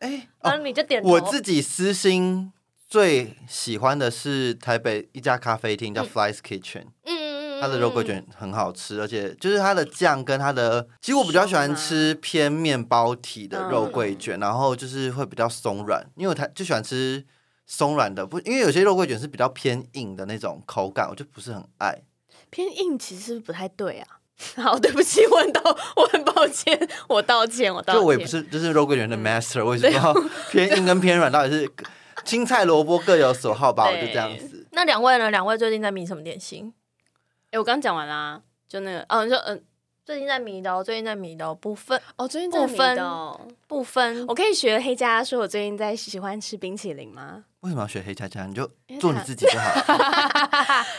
S3: 哎、啊哦
S1: 然后你就点头。
S3: 我自己私心最喜欢的是台北一家咖啡厅叫 Fly's Kitchen，、
S1: 嗯嗯嗯，
S3: 它的肉桂
S1: 嗯，
S3: 卷很好吃，而且就是它的酱跟它的，其实我比较喜欢吃偏面包体的
S2: 嗯
S3: 肉桂卷，然后就是会比较松软，因为我台就喜欢吃松软的，不因为有些肉桂卷是比较偏硬的那种口感，我就不是很爱。
S2: 偏硬其实不太对啊。 好，对不起，我很道，我很抱歉，我道歉，我道歉。
S3: 就我也不是就是肉桂卷
S2: 嗯
S3: 的 master，、我也不知道 偏硬跟偏软到底是青菜萝卜各有所好吧，我
S2: 对
S3: 就这样子。
S1: 那两位呢？两位最近在迷什么点心？
S2: 哎、我刚讲完啦、就那个，哦，你说，嗯、
S1: 最近在迷的哦，最近在迷的哦，不分
S2: 哦，最近
S1: 在
S2: 在
S1: 迷
S2: 迷
S1: 的
S2: 的、哦，
S1: 不分
S2: 我可以学黑佳说，我最近在喜欢吃冰淇淋吗？
S3: 为什么要学黑佳佳？你就
S2: 因为
S3: 做你
S2: 他
S3: 自己就好 了。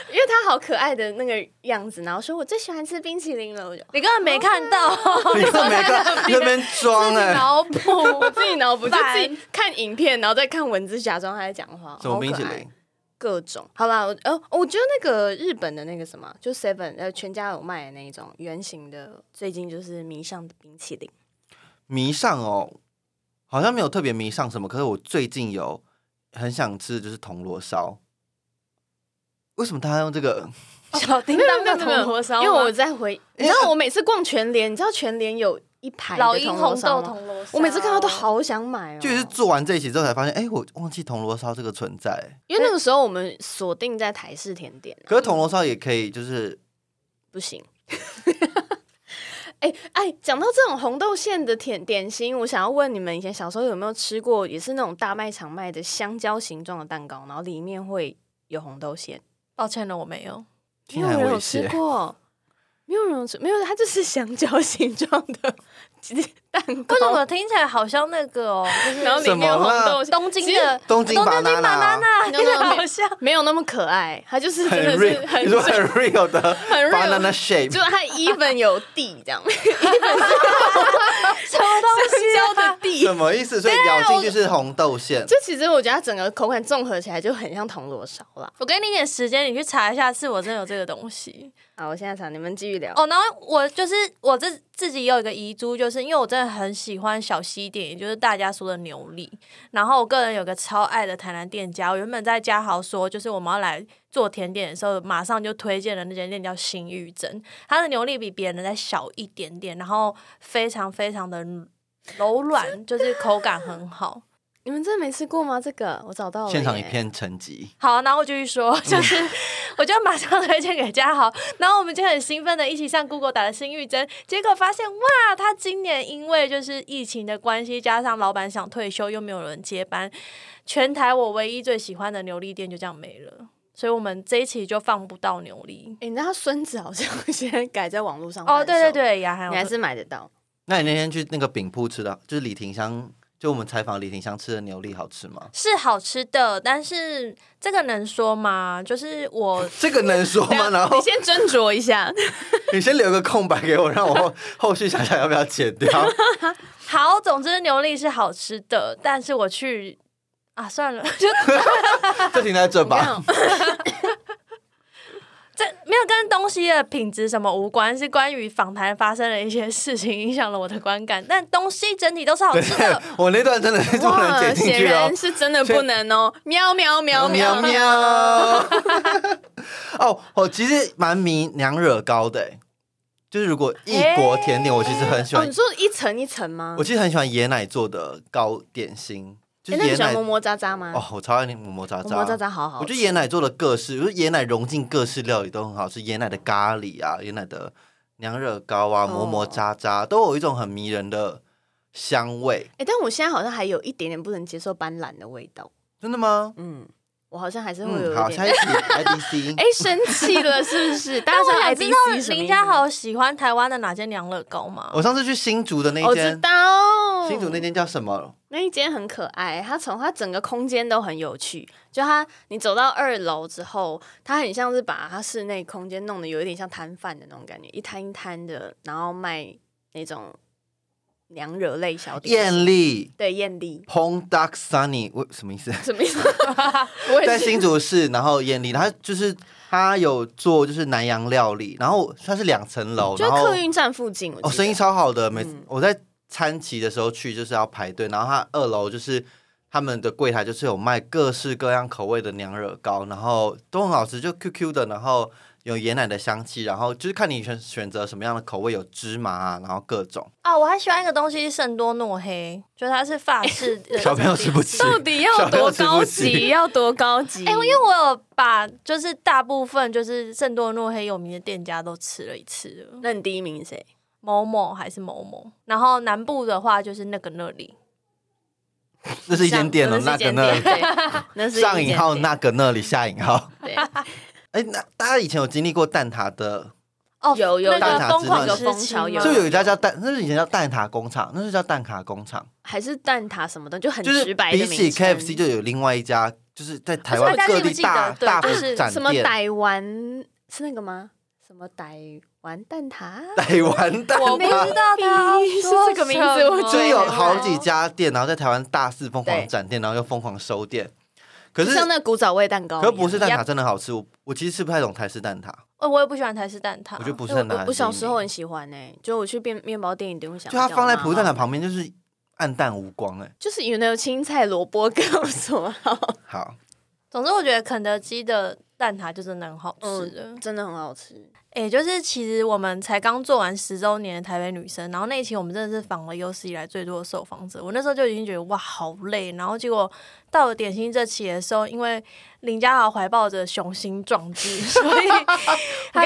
S2: 因为他好可爱的那个样子，然后说我最喜欢吃冰淇淋了， 我就
S1: 你根本没看到，哦
S3: 你看每个你在那 边装
S1: 自己
S3: 哎、
S1: 脑补。
S2: 我自己脑补，就
S1: 烦
S2: 自己看影片，然后再看文字，假装他在讲话。
S3: 什么
S2: 好可
S3: 冰淇
S2: 爱
S3: 淋？
S2: 各种，好吧，我呃，我觉得那个日本的那个什么，就 Seven 呃全家有卖的那一种圆形的，最近就是迷上的冰淇淋。
S3: 迷上哦，好像没有特别迷上什么，可是我最近有很想吃的就是铜锣烧。为什么大家用这个？
S1: 小叮当的铜锣烧吗，
S2: 因为我在回，你
S3: 因
S2: 知
S3: 为
S2: 道我每次逛全联，你知道全联有一排的
S1: 老鹰
S2: 铜锣
S1: 红
S2: 烧
S1: 豆
S2: 吗，
S1: 铜锣烧，
S2: 我每次看到都。好想买哦。
S3: 就是做完这一期之后才发现，哎、我忘记铜锣烧这个存在。
S2: 因为那个时候我们锁定在台式甜点啊、
S3: 可是铜锣烧也可以，就是
S2: 不行。 哎哎，讲到这种红豆馅的甜点心，我想要问你们，以前小时候有没有吃过，也是那种大卖场卖的香蕉形状的蛋糕，然后里面会有红豆馅？
S1: 抱歉了，我没有。
S2: 没
S3: 天
S2: 有
S3: 然
S2: 人有
S3: 威
S2: 吃
S3: 胁。
S2: 过，没有人有吃，没有，它就是香蕉形状的蛋糕，
S1: 为什么听起来好像那个哦？就是
S2: 然后里
S3: 什么
S2: 面有红
S3: 啦
S2: 豆馅，
S1: 东京的
S3: 东京啊
S1: 东
S3: 巴
S1: 京
S3: 拿拿，
S1: 娜，
S2: No, no, no.
S1: 好像
S2: 没有那么可爱，它就是 真
S3: 很
S2: 的是
S3: real，
S2: 很
S3: 你说很 real 的
S2: 很
S3: banana
S2: real，
S3: shape，
S2: 就它 even 有地这样，
S1: 什么
S2: 香
S1: 东西
S2: 蕉
S1: 啊
S2: 的？地
S3: 什么意思？所以咬进去是红豆馅。
S2: 就其实我觉得它整个口感综合起来就很像铜锣烧啦。
S1: 我给你一点时间，你去查一下，是我真的有这个东西
S2: 好，我现在查，你们继续聊。
S1: 哦。然后我就是我自自己也有一个遗珠，就是因为我真的很喜欢小西点，也就是大家说的牛力。然后我个人有个超爱的台南店家，我原本在嘉豪说，就是我们要来做甜点的时候，马上就推荐了那间店叫新玉珍，它的牛力比别人的再小一点点，然后非常非常的柔软，就是口感很好。
S2: 你们真的没吃过吗？这个我找到了，
S3: 现场一。片沉寂。
S1: 好，然后我继续说，就是我就马上推荐给嘉豪，然后我们就很兴奋的一起上 Google 打了新玉珍，结果发现哇，他今年因为就是疫情的关系，加上老板想退休又没有人接班，全台我唯一最喜欢的牛力店就这样没了，所以我们这一期就放不到牛力。
S2: 哎、你知道他孙子好像 现在改在网络上
S1: 哦，对对
S2: 贩
S1: 对，雅涵有
S2: 售，你还是买得到。
S3: 那你那天去那个饼铺吃的，就是李廷香，就我们采访李廷香吃的牛力好吃吗？
S1: 是好吃的，但是这个能说吗？就是我
S3: 这个能说吗？然后
S2: 你先斟酌 一下。
S3: 你先留个空白给我，让我 后后续想想要不要剪掉。
S1: 好，总之牛力是好吃的，但是我去啊算了，就
S3: 就停在这
S2: 我跟你
S3: 吧
S2: 讲。
S1: 这没有跟东西的品质什么无关，是关于访谈发生的一些事情影响了我的观感。但东西整体都是好吃的。
S3: 我那段真的是不能剪进
S2: 显
S3: 去哦
S2: 然。是真的不能哦！喵喵喵
S3: 喵
S2: 喵
S3: 喵！ 哦，我其实蛮迷娘惹糕的、欸，就是如果异国甜点，我其实很喜
S2: 哦，
S3: 欢
S2: 你，说一层一层吗
S3: 我？其实很喜欢椰奶做的糕点心，就
S2: 哎
S3: 是
S2: 那你
S3: 椰
S2: 喜欢
S3: 奶
S2: 么么喳喳吗？
S3: 哦，我超爱那么么喳
S2: 么么喳
S3: 喳。
S2: 喳好好吃，
S3: 我觉得椰奶做的各式，就是椰奶融进各式料理都很好吃，椰奶的咖喱啊，椰奶的娘惹糕啊，
S2: 哦
S3: 磨磨渣渣，都有一种很迷人的香味。
S2: 哎、但我现在好像还有一点点不能接受斑斓的味道。
S3: 真的吗？
S2: 嗯，我好像还是会有
S3: 嗯，
S2: 一
S3: 好，
S2: 点。
S3: 下一题 IDC。
S2: 哎、生气了是不 是？大
S1: 但
S2: 家
S1: 我
S2: 说
S1: 想知道
S2: IDC 什么
S1: 林
S2: 意
S1: 家
S2: 思？
S1: 豪喜欢台湾的哪间娘乐高吗？
S3: 我上次去新竹的那
S2: 我知
S3: 间，
S2: 道，
S3: 新竹那间叫什么？
S2: 那一间很可爱，它从它整个空间都很有趣。就它，你走到二楼之后，它很像是把它室内空间弄得有一点像摊贩的那种感觉，一摊一摊的，然后卖那种娘惹泪小点心，
S3: 艳丽
S2: 对艳丽
S3: Pong Duck Sunny，我什么意思？
S2: 什么意 思？我
S3: 在
S2: 也是
S3: 新竹市，然后艳丽，它就是它有做就是南洋料理，然后它是两层楼，
S2: 就是
S3: 然后
S2: 客运站附近，我
S3: 哦，
S2: 记
S3: 生意
S2: 得
S3: 超好的，每
S2: 嗯
S3: 次我在餐期的时候去就是要排队，然后它二楼就是他们的柜台就是有卖各式各样口味的娘惹糕，然后都很好吃，就 QQ 的，然后有椰奶的香气，然后就是看你选选择什么样的口味，有芝麻啊，然后各种
S1: 啊，我还喜欢一个东西是圣多诺黑，就是它是法式 的哎
S3: 小朋友吃不起，
S2: 到底要多 高级？要多高级？
S1: 哎、我因为我有把就是大部分就是圣多诺黑有名的店家都吃了一次了，
S2: 那你第一名是谁？
S1: 某某还是某某。然后南部的话就是那个那里，
S3: 那是一间店哦，
S2: 那
S3: 那
S2: 是
S3: 个
S2: 一间
S3: 那
S2: 店
S3: 里，
S2: 对那是一
S3: 上引
S2: 间
S3: 号
S2: 店
S3: 那个那里下引号。
S2: 对
S3: 哎，那大家以前有经历过蛋挞的，
S1: 哦，
S2: 有有
S1: 那
S3: 蛋
S1: 个
S3: 挞
S1: 疯
S3: 之
S1: 狂
S3: 类的
S1: 时
S2: 风
S1: 期
S2: 潮有
S1: 吗
S3: 就有一家叫蛋，那是以前叫蛋挞工厂，那是叫蛋挞工厂。
S2: 还是蛋挞什么的，就很
S3: 就是
S2: 直白的
S3: 比
S2: 名
S3: 起
S2: 称
S3: KFC 就有另外一家，就是在台湾
S1: 而且大家
S3: 各
S1: 记
S3: 地
S1: 不记
S3: 大
S1: 得对
S3: 大
S1: 就是
S3: 展
S2: 什么
S3: 店。
S2: 傣丸是那个吗？什么傣丸蛋挞？
S3: 台湾蛋
S1: 我不知
S3: 挞，
S1: 道他
S2: 是这个名字我觉
S3: 就
S2: 得
S3: 有好几家店，然后在台湾大肆疯狂展店，然后又疯狂收店。可，
S2: 就是像那个古早味蛋糕一
S3: 可
S2: 样，
S3: 不是蛋挞
S2: Yep，
S3: 真的好吃。我我其实吃不太懂台式蛋挞，
S1: 呃我也不喜欢台式蛋挞，
S3: 我觉得不是
S2: 因为
S3: 蛋
S2: 哦我
S3: 挞。
S2: 我小时候很，喜欢诶、就我去面面包店一定会想
S3: 就
S2: 要
S3: 它
S2: 叫妈妈，
S3: 放在葡萄蛋挞旁边，就是暗淡无光。哎，
S2: 就是有那种青菜萝卜跟什么，
S3: 好，
S1: 总之，我觉得肯德基的蛋挞就真的很好吃的。
S2: 嗯真的很好吃。
S1: 哎、就是其实我们才刚做完十周年的台北女生，然后那一期我们真的是访了有史以来最多的受访者。我那时候就已经觉得哇好累，然后结果到了点心这期的时候，因为林嘉豪怀抱着雄心壮志， 所以他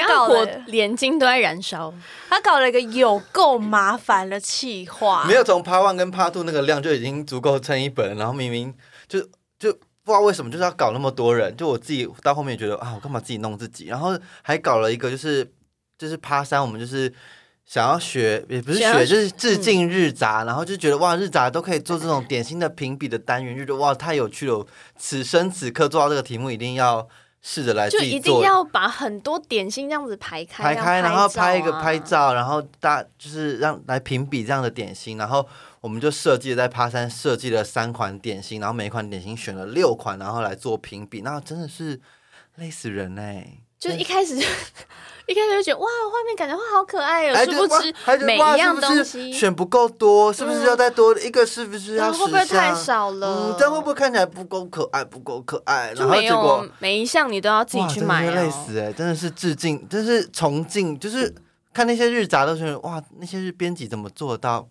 S2: 他
S1: 搞
S2: 搞火
S1: 了
S2: 眼睛都在燃烧，
S1: 他搞了一个有够麻烦的企
S2: 啊
S1: 划
S3: 没。有从 Part One 跟 Part Two 那个量就已经足够撑一本了，然后明明就就不知道为什么就是要搞那么多人，就我自己到后面觉得啊，我干嘛自己弄自己，然后还搞了一个就是就是爬山，我们就是。想要学也不是
S2: 想要
S3: 学，就是致敬日杂，然后就觉得哇，日杂都可以做这种点心的评比的单元，就觉得哇，太有趣了！我此生此刻做到这个题目，一定要试着来
S2: 就
S3: 自己
S2: 一
S3: 做
S2: 定要把很多点心这样子排开，
S3: 排开，然后拍一个
S2: 啊
S3: 拍。照，然后大就是让来评比这样的点心，然后我们就设计了在爬山设计了三款点心，然后每一款点心选了六款，然后来做评比，那真的是累死人嘞、
S2: 就是一开始就 一开始就觉得哇，画面感觉哇好可爱哦，
S3: 哎
S2: 殊
S3: 就
S2: 不
S3: 哇
S2: 知
S3: 还觉得
S2: 每
S3: 哇
S2: 一样
S3: 是不是
S2: 东西嗯
S3: 选不够多，是不是要再多一个？是不是
S2: 然
S3: 要
S2: 后
S3: 十
S2: 啊会不会太
S3: 项？
S2: 少了？
S3: 嗯，这样会不会看起来不够可爱？不够可爱？
S2: 就
S3: 然后
S2: 没
S3: 结果
S2: 有每一项你都要自己
S3: 哇
S2: 去
S3: 真的
S2: 买
S3: 是
S2: 哦嗯
S3: 累死哎、真的是致敬，真是崇敬，就是看那些日杂都觉得哇，那些日编辑怎么做到？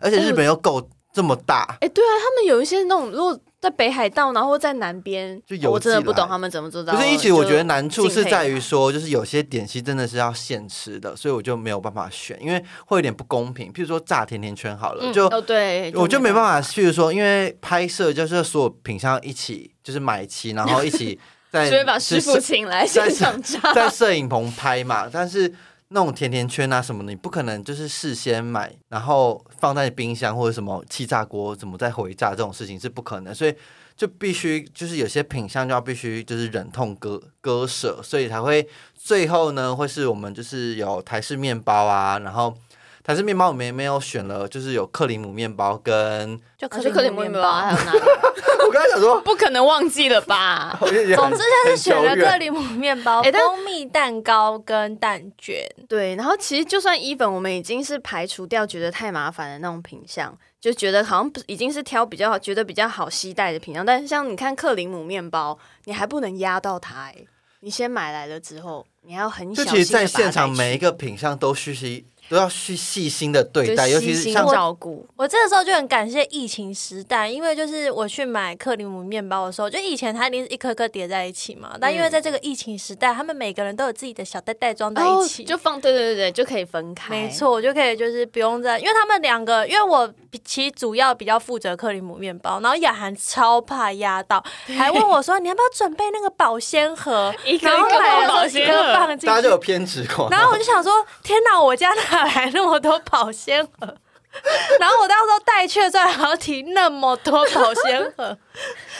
S3: 而且
S2: 哎
S3: 日
S2: 我
S3: 本又够这么大，
S2: 哎，对啊，他们有一些那种如果在北海道，然后在南边，哦
S3: 就邮
S2: 我真的
S3: 寄
S2: 不懂
S3: 来
S2: 他们怎么做到。
S3: 不是一起，我觉得难处
S2: 敬
S3: 是
S2: 佩
S3: 在于
S2: 他
S3: 说，就是有些点心真的是要现吃的，所以我就没有办法选，因为会有点不公平。譬如说炸甜甜圈好了，
S1: 嗯
S3: 就
S2: 哦，对，
S3: 我就没办
S2: 法。
S3: 法，譬如说，因为拍摄就是所有品相一起，就是买齐，然后一 起在
S2: 所以把师傅
S3: 就是
S2: 请来
S3: 在
S2: 现场炸，
S3: 在摄影棚拍嘛，但是那种甜甜圈啊什么的，你不可能就是事先买，然后放在冰箱或者什么气炸锅怎么再回炸这种事情是不可能，所以就必须就是有些品相就要必须就是忍痛割割舍，所以才会最后呢会是我们就是有台式面包啊，然后。台式面包我们也没有选了，就是有克里姆面包跟
S1: 啊就
S2: 啊可
S1: 可是
S2: 是克
S1: 克
S2: 里
S1: 里
S2: 姆
S1: 姆
S2: 面
S1: 面
S2: 包
S1: 包，
S2: 还有 哪里？
S3: 我刚才想说，
S2: 不可能忘记了吧？
S3: 我也
S1: 总
S3: 很
S1: 之他是选了
S3: 很久远
S1: 克里姆面包、
S2: 哎但
S1: 蜂蜜蛋糕跟蛋卷。
S2: 对，然后其实就算 even 我们已经是排除掉觉得太麻烦的那种品相，就觉得好像不已经是挑比较觉得比较好携带的品相，但是像你看克林姆面包，你还不能压到它、欸，你先买来了之后，你还要很小
S3: 就
S2: 心
S3: 其实，
S2: 地
S3: 在
S2: 把它
S3: 现场
S2: 带去
S3: 每一个品相都需细都要去细心的对
S2: 就
S3: 待，尤
S2: 细
S3: 其是
S2: 心
S3: 像
S2: 照顾，
S1: 我这个时候就很感谢疫情时代，因为就是我去买克里姆面包的时候，就以前它一定是一颗颗叠在一起嘛，但
S2: 嗯
S1: 因为在这个疫情时代，他们每个人都有自己的小袋袋装在一起，
S2: 哦就放对对对对，就可以分开，
S1: 没。错，我就可以就是不用再，因为他们两个，因为我其实主要比较负责克里姆面包，然后雅涵超怕压到，还问我说你要不要准备那个保鲜盒，
S2: 一个
S1: 然后
S2: 一个
S1: 买
S2: 放保
S1: 了
S2: 鲜
S1: 一个
S2: 盒
S1: 放进
S3: 大家就
S1: 去
S3: 有，偏执 狂。
S1: 然后我就想说天哪，我家哪来那么多保鲜盒？ 然后我到时候带去的时候还要提那么多保鲜 盒，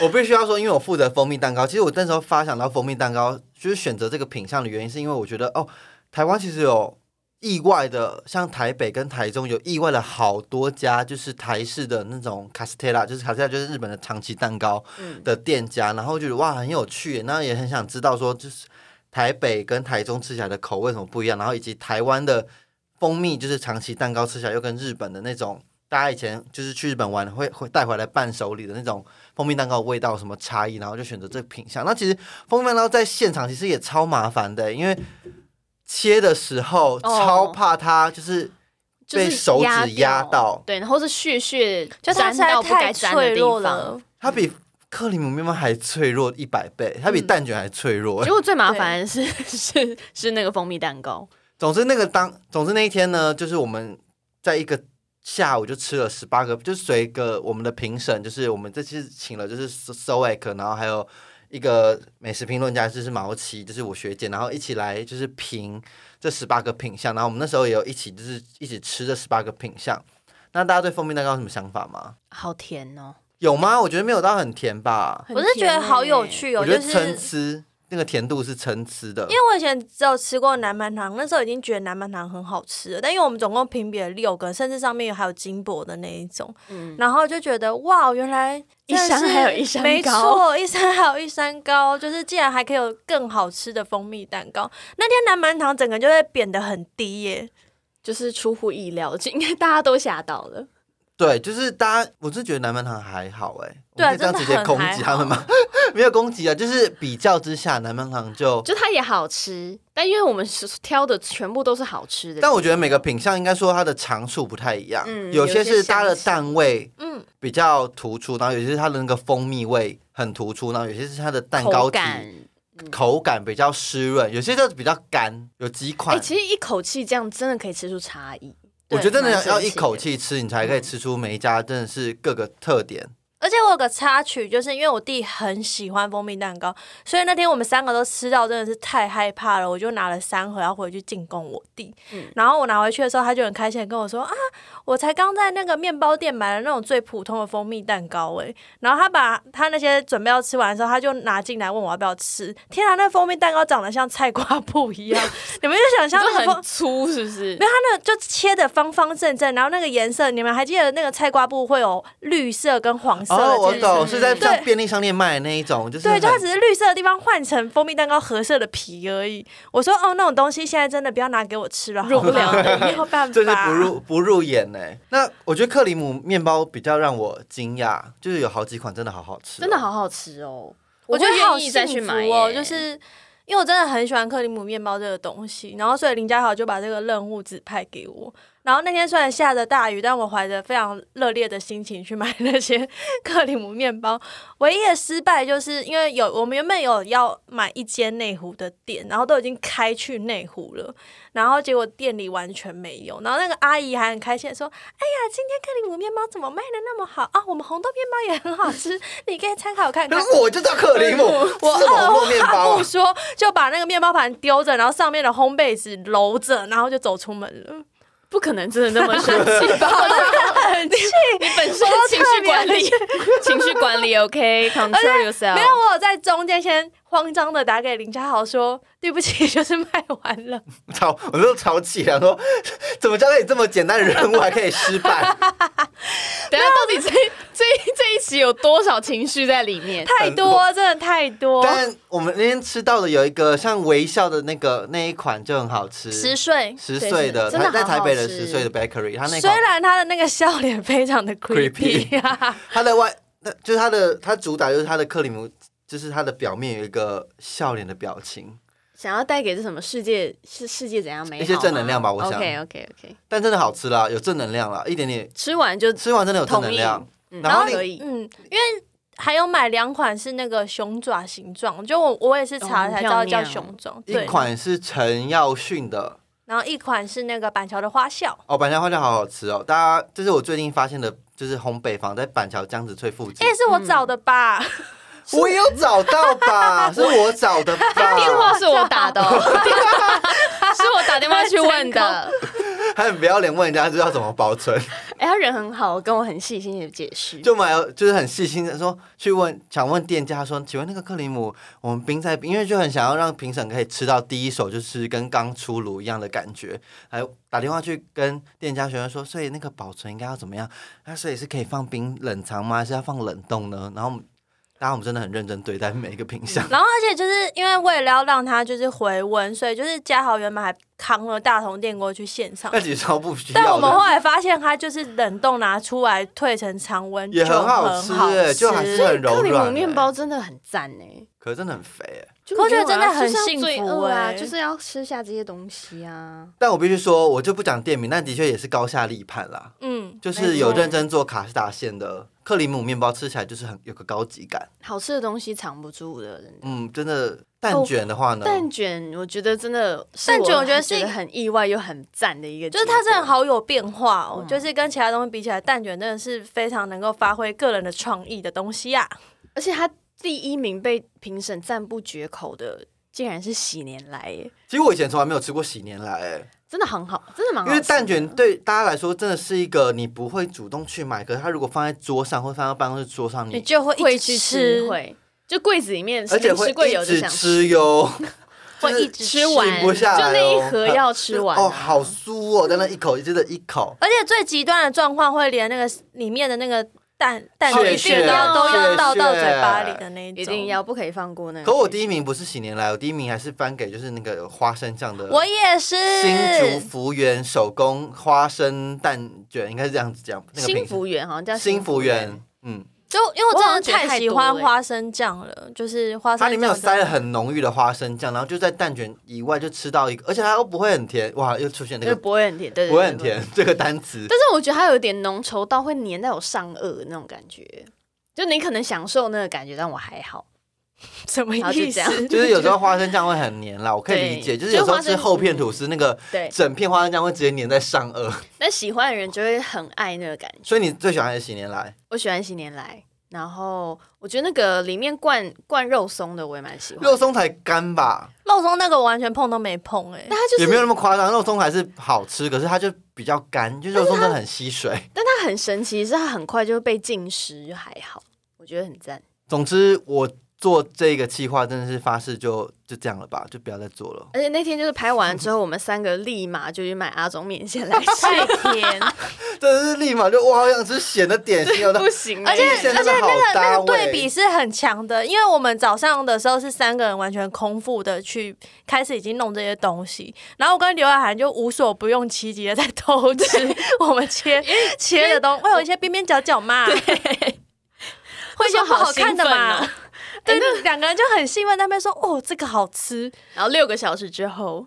S3: 我必须要说，因为我负责蜂蜜蛋糕，其实我那时候发想到蜂蜜蛋糕，就是选择这个品相的原因，是因为我觉得哦，台湾其实有意外的，像台北跟台中有意外的好多家，就是台式的那种卡斯特拉，就是卡斯特拉就是日本的长崎蛋糕
S2: 嗯
S3: 的店家，然后就觉得哇很有趣耶，那也很想知道说就是台北跟台中吃起来的口味有什么不一样，然后以及台湾的蜂蜜就是长崎蛋糕吃起来又跟日本的那种。大家以前就是去日本玩会会带回来伴手礼的那种蜂蜜蛋糕的味道有什么差异，然后就选择这个品相。那其实蜂蜜蛋糕在现场其实也超麻烦的，因为切的时候超怕它就是
S2: 就是
S3: 被手
S2: 压
S3: 指压
S2: 掉
S3: 到，
S2: 对，然后是血血
S1: 就它
S2: 沾
S1: 实在
S2: 到不该
S1: 太
S2: 沾的
S1: 脆
S2: 地
S1: 弱
S2: 方。
S1: 了。
S3: 它比克里姆面包还脆弱一百倍，它比
S2: 嗯
S3: 蛋卷还脆弱。
S2: 结果最麻烦的是 是是那个蜂蜜蛋糕，
S3: 总之那个当，总之那一天呢，就是我们在一个下午就吃了十八个，就是随个我们的评审，就是我们这次请了就是 Soek，然后还有一个美食评论家就是毛奇，就是我学姐，然后一起来就是评这十八个品相，然后我们那时候也有一起就是一起吃这十八个品相。那大家对蜂蜜蛋糕有什么想法吗？
S2: 好甜哦！
S3: 有吗？我觉得没有到很甜吧，
S1: 我是觉得
S2: 欸
S1: 好有趣哦，
S3: 我觉
S1: 就
S3: 得
S1: 是
S3: 参差那个甜度是参差的
S1: 因。为我以前只有吃过南蛮糖，那时候已经觉得南蛮糖很好吃了，但因为我们总共评比了六个，甚至上面还有金箔的那一种，
S2: 嗯
S1: 然后就觉得哇，原来
S2: 一山
S1: 真的是
S2: 还有一山高
S1: 没错，一山还有一山高，就是竟然还可以有更好吃的蜂蜜蛋糕。那天南蛮糖整个就被贬得很低耶，
S2: 就是出乎意料，就应该大家都吓到了。
S3: 对，就是大家，我是觉得南蛮糖还好哎、欸，
S1: 对啊
S3: 我们可以这样直接攻击他们吗？ 没有攻击啊，就是比较之下，南蛮糖就，
S2: 就它也好吃，但因为我们是挑的全部都是好吃的，
S3: 但我觉得每个品相应该说它的长处不太一样，
S2: 嗯
S3: 有些
S2: 有些
S3: 是它的
S2: 相似
S3: 蛋味
S1: 嗯，
S3: 比较突出，然后有些是它的那个蜂蜜味很突出，然后有些是它的蛋糕
S2: 口
S3: 体
S2: 感。
S3: 口感比较湿润，有些就比较干，有几
S2: 哎、
S3: 款。
S2: 其实一口气这样真的可以吃出差异。
S3: 我觉得真的要
S2: 蛮神奇
S3: 要
S2: 的
S3: 一口气吃，你才可以吃出每一家真的是各个特点。
S1: 而且我有个插曲，就是因为我弟很喜欢蜂蜜蛋糕，所以那天我们三个都吃到真的是太害怕了，我就拿了三盒要回去进贡我弟。
S2: 嗯
S1: 然后我拿回去的时候，他就很开心地跟我说啊，我才刚在那个面包店买了那种最普通的蜂蜜蛋糕诶、然后他把他那些准备要吃完的时候，他就拿进来问我要不要吃。天啊，那蜂蜜蛋糕长得像菜瓜布一 样，你们就想象
S2: 就
S1: 那个蜂
S2: 很粗，是不是
S1: 没？有，它那个就切的方方正正，然后那个颜色，你们还记得那个菜瓜布会有绿色跟黄色
S3: 哦，
S1: 的
S3: 我
S1: 间隙
S3: 懂，是在像
S1: 对
S3: 便利商店卖的那一种，就是
S1: 对，就它
S3: 很
S1: 只是绿色的地方换成蜂蜜蛋糕褐色的皮而已。我说哦，那种东西现在真的不要拿给我吃了，入
S2: 不了
S1: 没有办法，
S3: 就是不入不入眼呢、那我觉得克里姆面包比较让我惊讶，就是有好几款真的好好吃哦、
S2: 真的好好吃哦！
S1: 我觉得
S2: 会
S1: 好
S2: 愿意
S1: 幸
S2: 再去
S1: 福
S2: 买
S1: 哦，
S2: 耶
S1: 就是。因为我真的很喜欢克里姆面包这个东西，然后所以林家豪就把这个任务指派给我。然后那天虽然下着大雨，但我怀着非常热烈的心情去买那些 克里姆面包。唯一的失败就是因为有我们原本有要买一间内湖的店，然后都已经开去内湖了，然后结果店里完全没有。然后那个阿姨还很开心地说：“哎呀，今天克里姆面包怎么卖的那么好啊？我们红豆面包也很好吃，你可以参考看看。”
S3: 可是我就叫克里 姆，
S1: 我
S3: 是网络面包、
S1: 不
S3: 啊。
S1: 说，就把那个面包盘丢着，然后上面的烘焙纸揉着，然后就走出门了。
S2: 不可能真的那么生气 吧？我真的很气，你本身情绪管理， 情绪管理 OK，control yourself。
S1: 没有，我有在中间先慌张的打给林家豪说：“对不起，就是卖完了。
S3: 吵，我都吵起来，说怎么交代你这么简单的任务还可以失 败？
S2: 等一下到底这这这一期有多少情绪在里”面？
S1: 太多，真的太多。
S3: 但我们那天吃到的有一个像微笑的那个那一款就很好吃，
S1: 十岁，
S3: 十岁的，
S2: 对真的
S3: 他在
S2: 好
S3: 台
S2: 好
S3: 北的
S2: 吃
S3: 十岁的 bakery，他那
S1: 虽
S3: 款
S1: 然他的那个笑脸非常的 creepy 啊，
S3: 它的外，那就是它的，它主打就是它的克里姆，就是它的表面有一个笑脸的表情，
S2: 想要带给这什么世界是世界怎样美好吗？
S3: 一些正能量吧我想
S2: OK OK OK，
S3: 但真的好吃啦，有正能量啦，一点点，
S2: 吃完就
S3: 吃完真的有正
S2: 同
S3: 能
S2: 意
S3: 量。，
S2: 嗯
S3: 然后你
S2: 可以。
S1: 嗯，因为。还有买两款是那个熊爪形状，就我我也是查了才知
S2: 哦
S1: 道
S2: 很漂
S1: 叫
S2: 亮
S1: 熊爪，
S3: 一
S1: 对，
S3: 款是陈耀迅的
S1: 然后一款是那个板桥的花笑，
S3: 哦，板桥花椒好好吃哦，大家这是我最近发现的，就是烘焙坊在板桥江子翠附近
S1: 哎、，是我找的吧？
S3: 我有找到吧，是我找的 吧，
S2: 电话是我打的哦，是我打电话去问的。
S3: 他很不要脸问人家就要怎么保存，
S2: 哎、他人很好，跟我很细心的解释。
S3: 就买了就是很细心的说去问，想问店家说，请问那个克里姆，我们冰在冰，因为就很想要让评审可以吃到第一手就是跟刚出炉一样的感觉，还哎打电话去跟店家询问说，所以那个保存应该要怎么样？那所以是可以放冰冷藏吗？还是要放冷冻呢？然后我们，大家我们真的很认真对待每一个品 相。
S1: 然后，而且就是因为为了要让他就是回温，所以就是嘉豪原本还扛了大同电锅去现场
S3: 那，几超不哎需
S1: 但我
S3: 要
S1: 们
S3: 的，
S1: 后来发现他就是冷冻拿出来退成常温，
S3: 也
S1: 很
S3: 很好
S1: 吃
S3: 吃，，哎，就还是很柔
S2: 克里姆
S3: 软。
S2: 面
S3: 哎
S2: 包真的很赞哎、
S3: 可是真的很肥哎，
S2: 就
S1: 可我觉得
S2: 没有
S1: 真的
S2: 啊
S1: 很
S2: 就是要
S1: 幸福
S2: 罪恶啊，
S1: 欸
S2: 就是要吃下这些东西啊。
S3: 但我必须说，我就不讲店名，但的确也是高下立判啦。
S1: 嗯，
S3: 就是
S2: 没
S3: 有
S2: 错
S3: 认真做卡士达馅的克里姆面包，吃起来就是很有个高级感。
S2: 好吃的东西藏不住的人。
S3: 嗯，真的蛋卷的话呢，
S2: 蛋卷，我觉得真的是，
S1: 蛋卷我
S2: 我
S1: 觉得是
S2: 是很意外又很赞的一个结
S1: 就
S2: 果，
S1: 是它真的好有变化
S3: 嗯
S1: 哦，就是跟其他东西比起来，蛋卷真的是非常能够发挥个人的创意的东西呀、啊
S2: 而且它第一名被评审赞不绝口的，竟然是喜年来耶，
S3: 其实我以前从来没有吃过喜年来哎，
S2: 真的很好，真的蛮好
S3: 因
S2: 吃的。
S3: 为蛋卷对大家来说真的是一个你不会主动去买，可是它如果放在桌上或放到办公室桌上，
S1: 你
S3: 你
S1: 就会
S2: 会
S1: 一直
S2: 去
S1: 吃
S2: 吃，，会就柜子里面，
S3: 而且
S2: 零
S3: 会
S2: 食柜有
S3: 一
S2: 就
S3: 直
S2: 想
S3: 吃哟，
S1: 会
S3: 就是
S1: 一直
S2: 吃完，
S3: 不下来
S2: 就
S3: 哦
S2: 那一盒要吃完啊、
S3: 哦，好酥哦，在那一口真的一口。
S1: 而且最极端的状况会连那个里面的那个蛋蛋
S3: 血
S1: 一定
S2: 血
S1: 要都要倒
S3: 血
S1: 到嘴巴里的那一种，
S2: 一定。要不可以放过那个。
S3: 可我第一名不是喜年来，我第一名还是颁给就是那个有花生酱的
S1: 我也是，
S3: 新竹福源手工花生蛋卷，应该是这样子讲。那个品
S2: 新福园好像叫
S3: 相新福
S2: 园
S3: 源，，嗯，
S1: 就因为我
S2: 我好
S1: 真
S2: 像
S1: 的
S2: 觉得
S1: 太欸
S2: 太
S1: 喜
S2: 多
S1: 欢
S2: 了
S1: 花生酱了，就是花生
S3: 它
S1: 酱
S3: 里面有
S1: 真
S3: 塞
S1: 的
S3: 了很浓郁的花生酱，然后就在蛋卷以外就吃到一个，而且它又不会很甜。哇，又出现那
S2: 对，
S3: 个
S2: 不会很甜，对，对
S3: 不会很。甜这个单词。
S2: 但是我觉得它有点浓稠到会粘在我上颚的那种感觉，就你可能享受那个感觉，但我还好。
S1: 什么
S2: 然后就
S1: 意
S2: 这样
S1: 思？
S3: 就是有时候花生酱会很黏啦，我可以理解。
S2: 对
S3: 就是有时候
S2: 就
S3: 吃
S2: 是花生
S3: 厚片吐司，那个
S2: 对，
S3: 整片花生酱会直接粘在上颚。
S2: 但喜欢的人就会很爱那个感觉。
S3: 所以你最喜欢还是喜年来？
S2: 我喜欢新年来，然后我觉得那个里面灌灌肉松的我也蛮喜欢，
S3: 肉松才干吧，
S1: 肉松那个我完全碰都没碰哎、
S2: 但它就
S3: 也没有那
S2: 是，
S3: 么夸张。肉松还是好吃，可是它就比较干，就是肉松真的很吸水。
S2: 但它很神奇，是它很快就被进食，就还好，我觉得很赞。
S3: 总之，我做这个计划真的是发誓就就这样了吧，就不要再做了。
S2: 而且那天就是拍完之后，我们三个立马就去买阿忠面线来吃，
S1: 太甜，
S3: 真的是立马就哇，好想吃咸的点心哦。
S2: 不行，
S1: 而且
S3: 面线
S1: 而
S3: 真
S1: 且
S3: 的
S1: 那
S3: 好
S1: 个
S3: 搭
S1: 那个
S3: 味
S1: 对比是很强的，因为我们早上的时候是三个人完全空腹的去开始已经弄这些东西，然后我跟刘雅涵就无所不用其极的在偷 吃我们切切的东西，会有一些边边角角嘛，会有一些不好啊看的嘛
S2: 那时候好兴奋哦。
S1: 对，那两个人就很兴奋，在那边说：“哦，这个好吃。
S2: 然后六个小时 之后，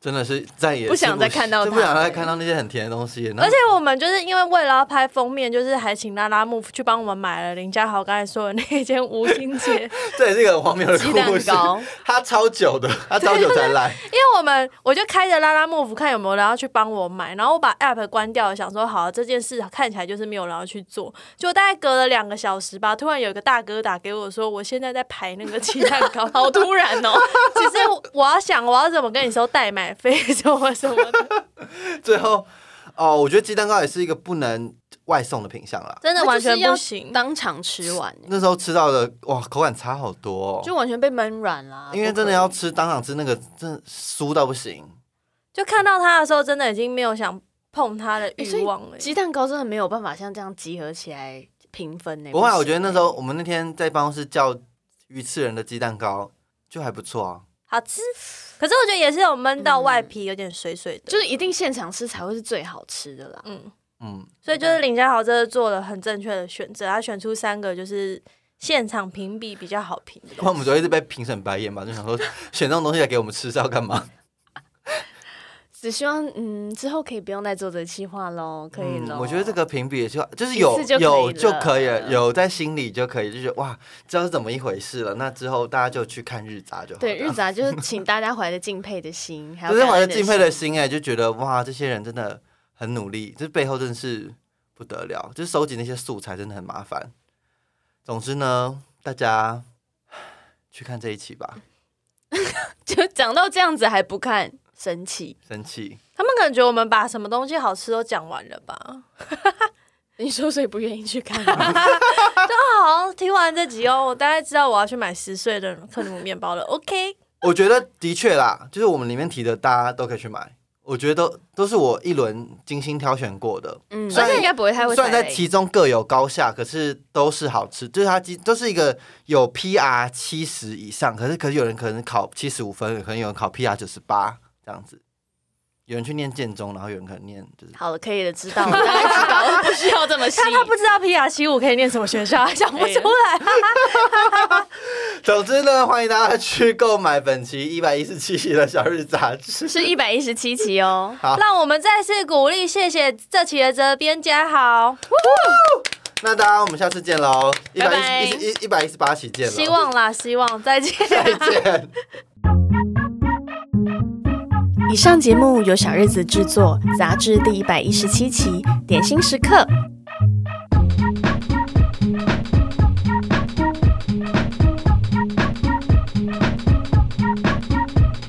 S3: 真的是再也
S2: 不想
S3: 吃
S2: 再看到
S3: 就
S2: 它
S3: 不想再
S2: 了
S3: 看到那些很甜的东西。”然
S1: 而
S3: 后
S1: 且我们就是因为为了要拍封面，就是还请拉拉木去帮我们买了林家豪刚才说的那一间吴心街。
S3: 这也是一个很荒谬的
S2: 鸡
S3: 故
S2: 蛋
S3: 事，
S2: 糕，
S3: 他超久的，他超久才来。
S1: 因为我们我就开着拉拉幕府看有没有人要去帮我买，然后我把 app 关掉了，想说好这件事看起来就是没有人要去做，就大概隔了两个小时吧，突然有一个大哥打给我说，我现在在排那个鸡蛋糕，
S2: 好突然哦！
S1: 其实我要想我要怎么跟你收代买费什么什么的，
S3: 最后哦，我觉得鸡蛋糕也是一个不能外送的品相啦。
S1: 真的
S2: 它
S1: 完
S2: 就是
S1: 全
S2: 要
S1: 不行。
S2: 当场吃完，
S3: 那时候吃到的哇，口感差好多、
S2: 就
S3: 哦，
S2: 完全被闷软啦。
S3: 因为真的要吃当场吃那个，真的酥到不行。
S1: 就看到他的时候，真的已经没有想碰他的
S2: 欸所
S1: 欲
S2: 以
S1: 望了。
S2: 鸡蛋糕真的没有办法像这样集合起来平分呢。
S3: 不会啊，
S2: 行
S3: 我觉得那时候我们那天在办公室叫鱼刺人的鸡蛋糕就还不错啊。
S1: 好吃，可是我觉得也是有闷到外皮有点水水的，
S2: 就是一定现场吃才会是最好吃的啦。
S1: 嗯。
S3: 嗯，
S1: 所以就是林家豪真的做了很正确的选择，他选出三个就是现场评比比较好评的
S3: 不然
S1: 东
S3: 我们昨天一直被评审白眼吧，就想说选这种东西来给我们吃是要干嘛？
S2: 只希望嗯之后可以不用再做这个计划喽，可以喽、
S3: 嗯我觉得这个评比也是，就是
S2: 一
S3: 有
S2: 次就可以
S3: 有就
S2: 了嗯
S3: 可以了，有在心里就可以，就觉得哇，知道是怎么一回事了。那之后大家就去看日杂就好了。
S2: 对日 子啊，就是请大家怀着敬佩的心，还有
S3: 就是怀着
S2: 感恩
S3: 敬佩的
S2: 心。
S3: 心哎、就觉得哇，这些人真的很努力，这背后真的是不得了，就是收集那些素材真的很麻烦。总之呢，大家 去看这一期吧。
S2: 就讲到这样子还不看，生气。
S3: 生气，
S1: 他们可能觉得我们把什么东西好吃都讲完了吧？
S2: 你说谁不愿意去看吗？
S1: 好，听完这集哦，我大概知道我要去买十岁的克里姆面包了。OK，
S3: 我觉得的确啦，就是我们里面提的，大家都可以去买。我觉得都都是我一轮精心挑选过的，
S2: 嗯，
S3: 虽
S2: 而
S3: 然
S2: 且应该不会太会
S3: 虽然
S2: 踩
S3: 在
S2: 雷
S3: 其中各有高下，可是都是好吃，就是它基都是一个有 PR 七十以上，可是可是有人可能考七十五分，可能有人考 PR 九十八这样子，有人去念建中，然后有人可能念就是
S2: 好了，可以了，知道了，大概知道了，不需要这么细。
S1: 他他不知道 P R 七五可以念什么学校，想不出来。
S3: 总之呢，欢迎大家去购买本期一百一十七期的《小日杂志》。
S2: 是一百一十七集哦。
S1: 让我们再次鼓励，谢谢这期的责编家豪，
S3: 那大家我们下次见喽，一
S2: 拜
S3: 百
S2: 拜
S3: 一一一百一十八期见喽，
S1: 希望啦，希望再见。
S3: 再见。
S2: 以上节目由小日子制作，杂志第一百一十七期《点心时刻》